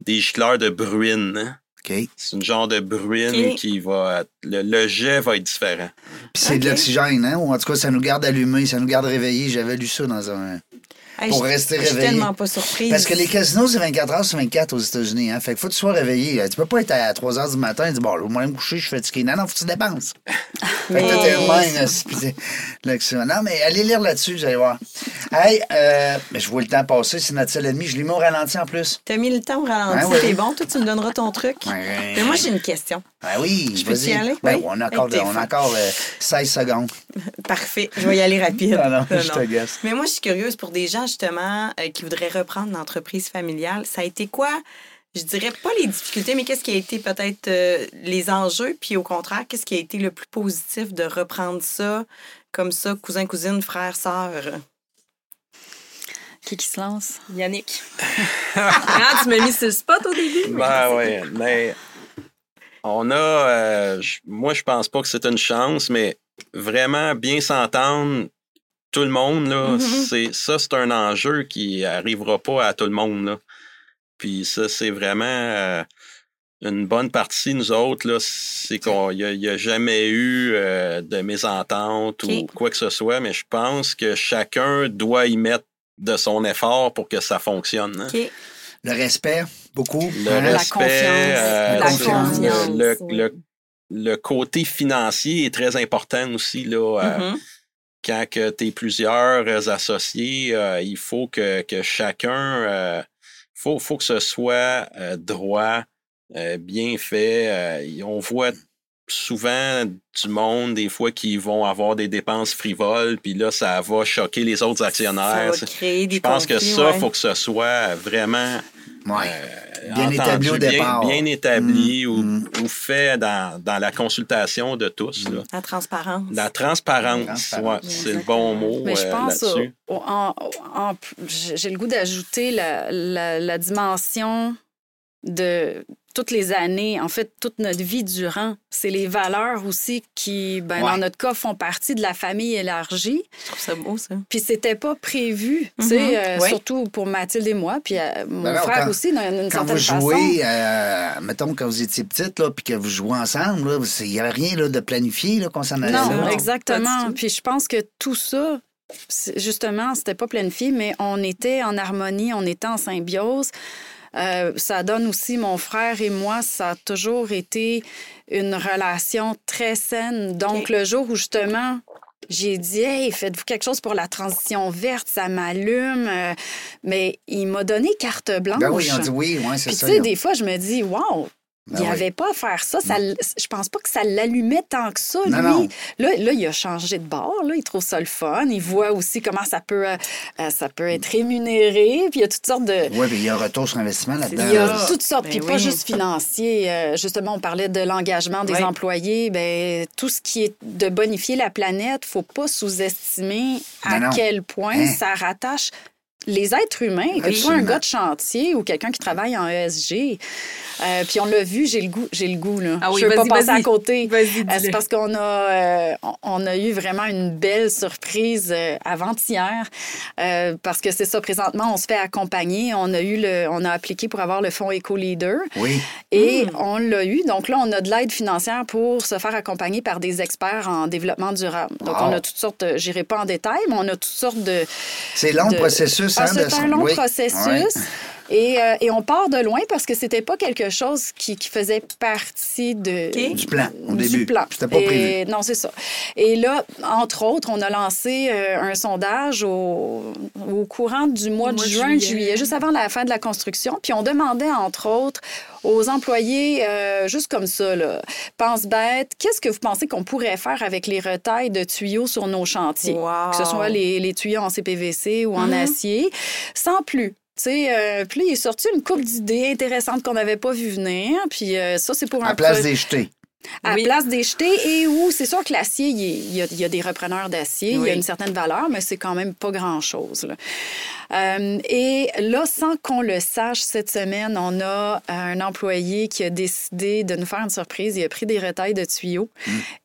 des gicleurs de bruine. hein. OK. Puis C'est une genre de bruine Ok. qui va. Le, le jet va être différent. c'est de Ok. l'oxygène, hein? Ou en tout cas, ça nous garde allumés, ça nous garde réveillés. J'avais lu ça dans un. Hey, pour je- rester Je suis réveillé. tellement pas surprise. Parce que les casinos, c'est 24 heures sur 24 aux États-Unis. Hein? Fait que faut que tu sois réveillé. hein. Tu peux pas être à 3 heures du matin et dire Bon, là, moi, je vais me coucher, je suis fatigué. Non, non, faut que tu dépenses. Fait que là, t'es Mais- même, là, c'est- puis t'es- là, que c'est- Non, mais allez lire là-dessus, vous allez voir. Hey, euh, mais je vois le temps passer, c'est notre seul ennemi. Je l'ai mis au ralenti en plus. T'as mis le temps au ralenti, Ah ouais. c'est bon. Toi, tu me donneras ton truc. Ouais. Mais moi, j'ai une question. Ah oui, Je peux vas-y. y aller? Ben, Oui. on a encore, Avec tes on a fins. encore euh, 16 secondes. Parfait, je vais y aller rapide. Non, Ah non, Non, je non. te gasse. Mais moi, je suis curieuse pour des gens, justement, euh, qui voudraient reprendre l'entreprise familiale. Ça a été quoi? Je dirais pas les difficultés, mais qu'est-ce qui a été peut-être euh, les enjeux? Puis au contraire, qu'est-ce qui a été le plus positif de reprendre ça comme ça, cousin, cousine, frère, sœur? Qui qui se lance? Yannick. ah, tu m'as mis sur le spot au début. Ben ouais, mais on a. euh, je- moi, je pense pas que c'est une chance, mais vraiment bien s'entendre, tout le monde, là, c'est, ça, c'est un enjeu qui arrivera pas à tout le monde. Là. Puis ça, c'est vraiment euh, une bonne partie, nous autres, là, c'est qu'on n'y a, il y a jamais eu euh, de mésentente ou Ok. quoi que ce soit, mais je pense que chacun doit y mettre de son effort pour que ça fonctionne. hein. OK. Le respect, beaucoup. Le Hein? respect, confiance. euh, La le- confiance, Le, oui. le- le côté financier est très important aussi. Là, euh, Mhm. Quand tu es plusieurs euh, associés, euh, il faut que, que chacun, euh, faut, faut que ce soit euh, droit, euh, bien fait. Euh, et on voit souvent du monde, des fois, qui vont avoir des dépenses frivoles, puis là, ça va choquer les autres actionnaires. Ça va créer des Je pense que conflits, ça, ouais. faut que ce soit vraiment Ouais. euh, Bien établi au bien- départ. Bien, établi Mm, ou, mm. ou fait dans, dans la consultation de tous. là. La transparence. La transparence, Transparence. ouais, c'est le bon mot Mais je euh, pense, au- là-dessus. au- en- en- j'ai j'ai le goût d'ajouter la, la- la dimension de toutes les années, en fait, toute notre vie durant. C'est les valeurs aussi qui, ben, Ouais. dans notre cas, font partie de la famille élargie. Je trouve ça beau, ça. Puis c'était pas prévu, tu Mhm. sais, euh, Ouais. surtout pour Mathilde et moi, puis euh, mon Ben non, frère quand- aussi, d'une d'une Quand certaine vous façon. jouez, euh, mettons, quand vous étiez petite, là, puis que vous jouez ensemble, là, c'est- il n'y avait rien là, de planifié là, qu'on s'en allait. Non, là. non, pas exactement. du tout. Puis je pense que tout ça, c'est- justement, c'était pas planifié, mais on était en harmonie, on était en symbiose. Euh, ça donne aussi, mon frère et moi, ça a toujours été une relation très saine. Donc, OK. le jour où justement J'ai dit, hey, faites-vous quelque chose pour la transition verte, ça m'allume. Euh, Mais il m'a donné carte blanche. Ben oui, ils ont dit oui, ouais, c'est Puis tu ça. sais, ils ont- des fois, je me dis, wow, Ben il oui. Mm. avait pas à faire ça. ça l- je pense pas que ça l'allumait tant que ça, Non, lui. non. Là, là, il a changé de bord. Là, il trouve ça le fun. Il voit aussi comment ça peut, euh, euh, ça peut être rémunéré. Puis il y a toutes sortes de... Oui, puis il y a un retour sur investissement là-dedans. Il y a là. toutes sortes, Ben puis pas oui. juste financier. Euh, justement, on parlait de l'engagement des Oui. employés. Ben, tout ce qui est de bonifier la planète, faut pas sous-estimer à Ben non. quel point Hein? ça rattache les êtres humains, que tu sois un Absolument. gars de chantier ou quelqu'un qui travaille en ESG. Euh, puis on l'a vu, j'ai le goût, j'ai le goût là. Ah oui, Je veux pas vas-y, passer à vas-y. côté. Vas-y, Euh, C'est dis-le. parce qu'on a, euh, on- on a eu vraiment une belle surprise euh, avant-hier, euh, parce que c'est ça, présentement, on se fait accompagner. On a, eu le, on a appliqué pour avoir le fonds Eco-Leader Oui, et on l'a eu. Donc là, on a de l'aide financière pour se faire accompagner par des experts en développement durable. Donc, Wow. on a toutes sortes, de- j'irai pas en détail, mais on a toutes sortes de, c'est long de- processus. ah, Hein, de- c'est un long oui. processus. Ouais. Et, euh, et on part de loin parce que c'était pas quelque chose qui, qui faisait partie de, Ok. Du plan, Ah, au du début. plan. C'était pas Et- prévu. Non, c'est ça. Et là, entre autres, on a lancé euh, un sondage au, au courant du mois, de mois de juin, juillet. juillet. juste avant la fin de la construction. Puis on demandait, entre autres, aux employés, euh, juste comme ça, là, pense bête, qu'est-ce que vous pensez qu'on pourrait faire avec les retailles de tuyaux sur nos chantiers? Wow. que ce soit les, les tuyaux en CPVC ou en Mhm. acier, sans plus. Tu sais, euh, puis là, il est sorti une coupe d'idées intéressantes qu'on n'avait pas vu venir. Puis euh, ça, c'est pour un À place pro- des jetés. à Oui. place des jetés et où c'est sûr que l'acier, il, est- il y a- il y a des repreneurs d'acier, il y Oui. a une certaine valeur, mais c'est quand même pas grand-chose. là. Euh, et là, sans qu'on le sache, cette semaine, on a euh, un employé qui a décidé de nous faire une surprise. Il a pris des retailles de tuyaux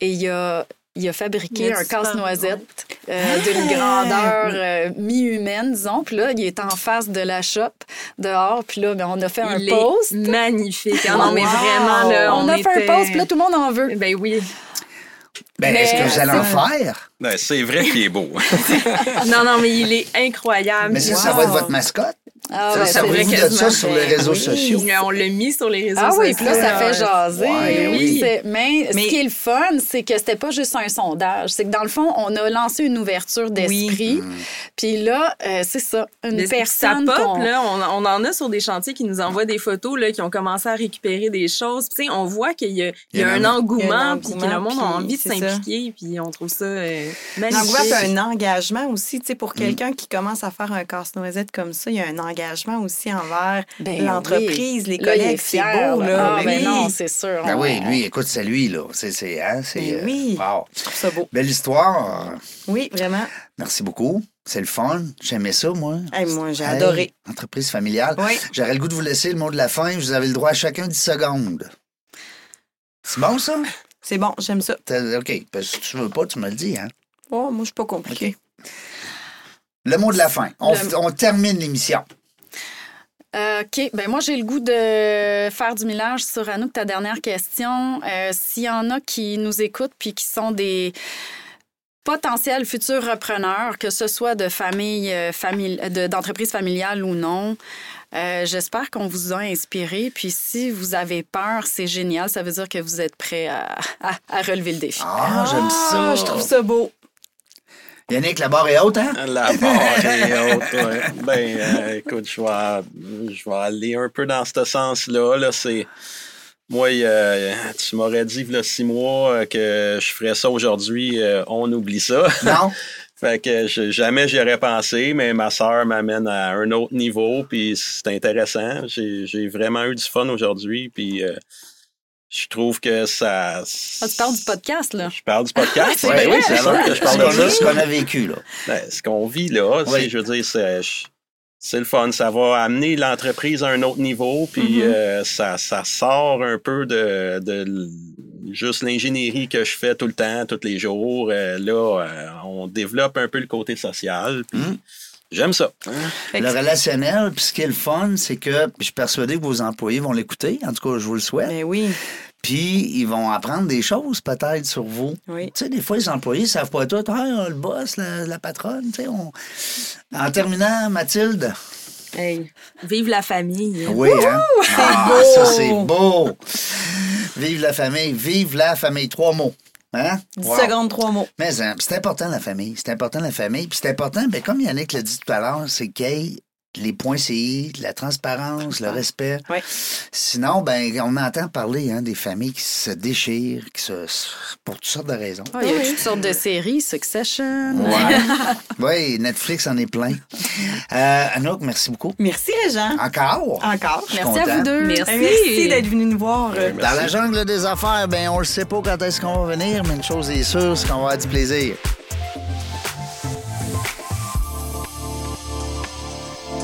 et il a, il a fabriqué Hmm. Il a un disparu, casse-noisette euh, d'une Ah! grandeur euh, mi-humaine, disons. Puis là, il est en face de la shop dehors. Puis là, ben, on a fait un Il est post. magnifique. Ah non, mais Wow. vraiment, là, On, on, a fait était- un post, puis là, tout le monde en veut. Ben oui. Ben, Mais- est-ce que vous allez en faire? Ben, c'est vrai qu'il est beau. hein. Non, non, mais il est incroyable. Mais ça, Wow. ça va être votre mascotte. Ah, Ça, ouais, ça c'est vous vrai dit de quasiment, ça sur les mais réseaux oui. sociaux. Mais On l'a mis sur les réseaux Ah sociaux. oui, puis là, ça fait jaser. Ouais, oui, oui. c'est- Mais, ce Mais- qui est le fun, c'est que c'était pas juste un sondage. C'est que dans le fond, on a lancé une ouverture d'esprit. Puis là, euh, c'est ça, une Mais personne. ça pop, qu'on- là, on, on en a sur des chantiers qui nous envoient des photos, là, qui ont commencé à récupérer des choses. Puis, tu sais, on voit qu'il y a, il y a un Il y a un engouement, puis que le engouement, monde a puis envie de c'est ça. s'impliquer, puis on trouve ça euh, L'angoisse, magnifique. c'est un engagement aussi. Tu sais, Mm. pour quelqu'un qui commence à faire un casse-noisette comme ça, il y a un engagement aussi envers Ben oui. l'entreprise, les Là, il est collègues. C'est fier, beau, là. Ah, ben Oui, non, c'est sûr. Ben on- oui, lui, écoute, c'est lui, là. C'est, c'est, hein, c'est, Ben euh, oui. wow. je trouve ça beau. Belle histoire. Oui, vraiment. Merci beaucoup. C'est le fun. J'aimais ça, moi. Hey, moi, j'ai Hey, adoré. Entreprise familiale. Oui. J'aurais le goût de vous laisser le mot de la fin. Vous avez le droit à chacun 10 secondes. C'est bon, ça? C'est bon, j'aime ça. T'as- OK. Parce que si tu veux pas, tu me le dis. Hein? Oh, moi, je suis pas compliquée. Le mot de la fin. On, Le- f- on termine l'émission. Euh, OK. Ben moi, j'ai le goût de faire du millage sur Anouk, ta dernière question. Euh, S'il y en a qui nous écoutent puis qui sont des potentiels futurs repreneurs, que ce soit de famille, euh, famille de- d'entreprise familiale ou non, euh, j'espère qu'on vous a inspiré. Puis si vous avez peur, c'est génial. Ça veut dire que vous êtes prêt à, à- à relever le défi. Ah, j'aime ça. Ah, Je trouve ça beau. Yannick, la barre est haute, hein? La barre et autres. ouais. Ben, euh, écoute, je vais, je vais aller un peu dans ce sens-là. Là, c'est. Moi, euh, tu m'aurais dit, il y a six mois, euh, que je ferais ça aujourd'hui. euh, on oublie ça. Non? Fait que je- jamais j'y aurais pensé, mais ma sœur m'amène à un autre niveau, puis c'est intéressant. J'ai j'ai vraiment eu du fun aujourd'hui, puis euh, je trouve que ça... Ah, tu parles du podcast, là. Je parle du podcast. C'est Ben vrai. oui, c'est sûr que je Ce qu'on parle de a- ce ça. qu'on a vécu, là. Ben, ce qu'on vit là, tu sais, Oui. je veux dire, c'est... je- C'est le fun, ça va amener l'entreprise à un autre niveau, puis euh, ça, ça sort un peu de, de l- juste l'ingénierie que je fais tout le temps, tous les jours. Euh, là, euh, on développe un peu le côté social, puis Mhm. j'aime ça. Le relationnel, puis ce qui est le fun, c'est que puis je suis persuadé que vos employés vont l'écouter. En tout cas, je vous le souhaite. Mais Ben oui, Puis ils vont apprendre des choses peut-être sur vous. oui. Tu sais, des fois, les employés ne savent pas tout. Ah, le boss, la, la patronne, tu sais. on- En terminant, Mathilde. Hey, vive la famille. Oui, hein? Ah, ça, c'est beau. Vive la famille. Vive la famille. Trois mots. Hein? 10 Wow. secondes, trois mots. Mais hein, c'est important la famille. C'est important la famille. Puis c'est important, ben, comme Yannick l'a dit tout à l'heure, c'est qu'il y ait les points CI, la transparence, le respect. Oui. Sinon, ben, on entend parler hein, des familles qui se déchirent, qui se. pour toutes sortes de raisons. Ah, il y a toutes sortes de séries, Succession. oui, Netflix en est plein. Euh, Anouk, merci beaucoup. Merci, Régent. Encore? Encore. Je suis Merci à content. vous deux. Merci. Merci d'être venu nous voir. euh, Dans la jungle des affaires, ben on le sait pas quand est-ce qu'on va venir, mais une chose est sûre, c'est qu'on va avoir du plaisir.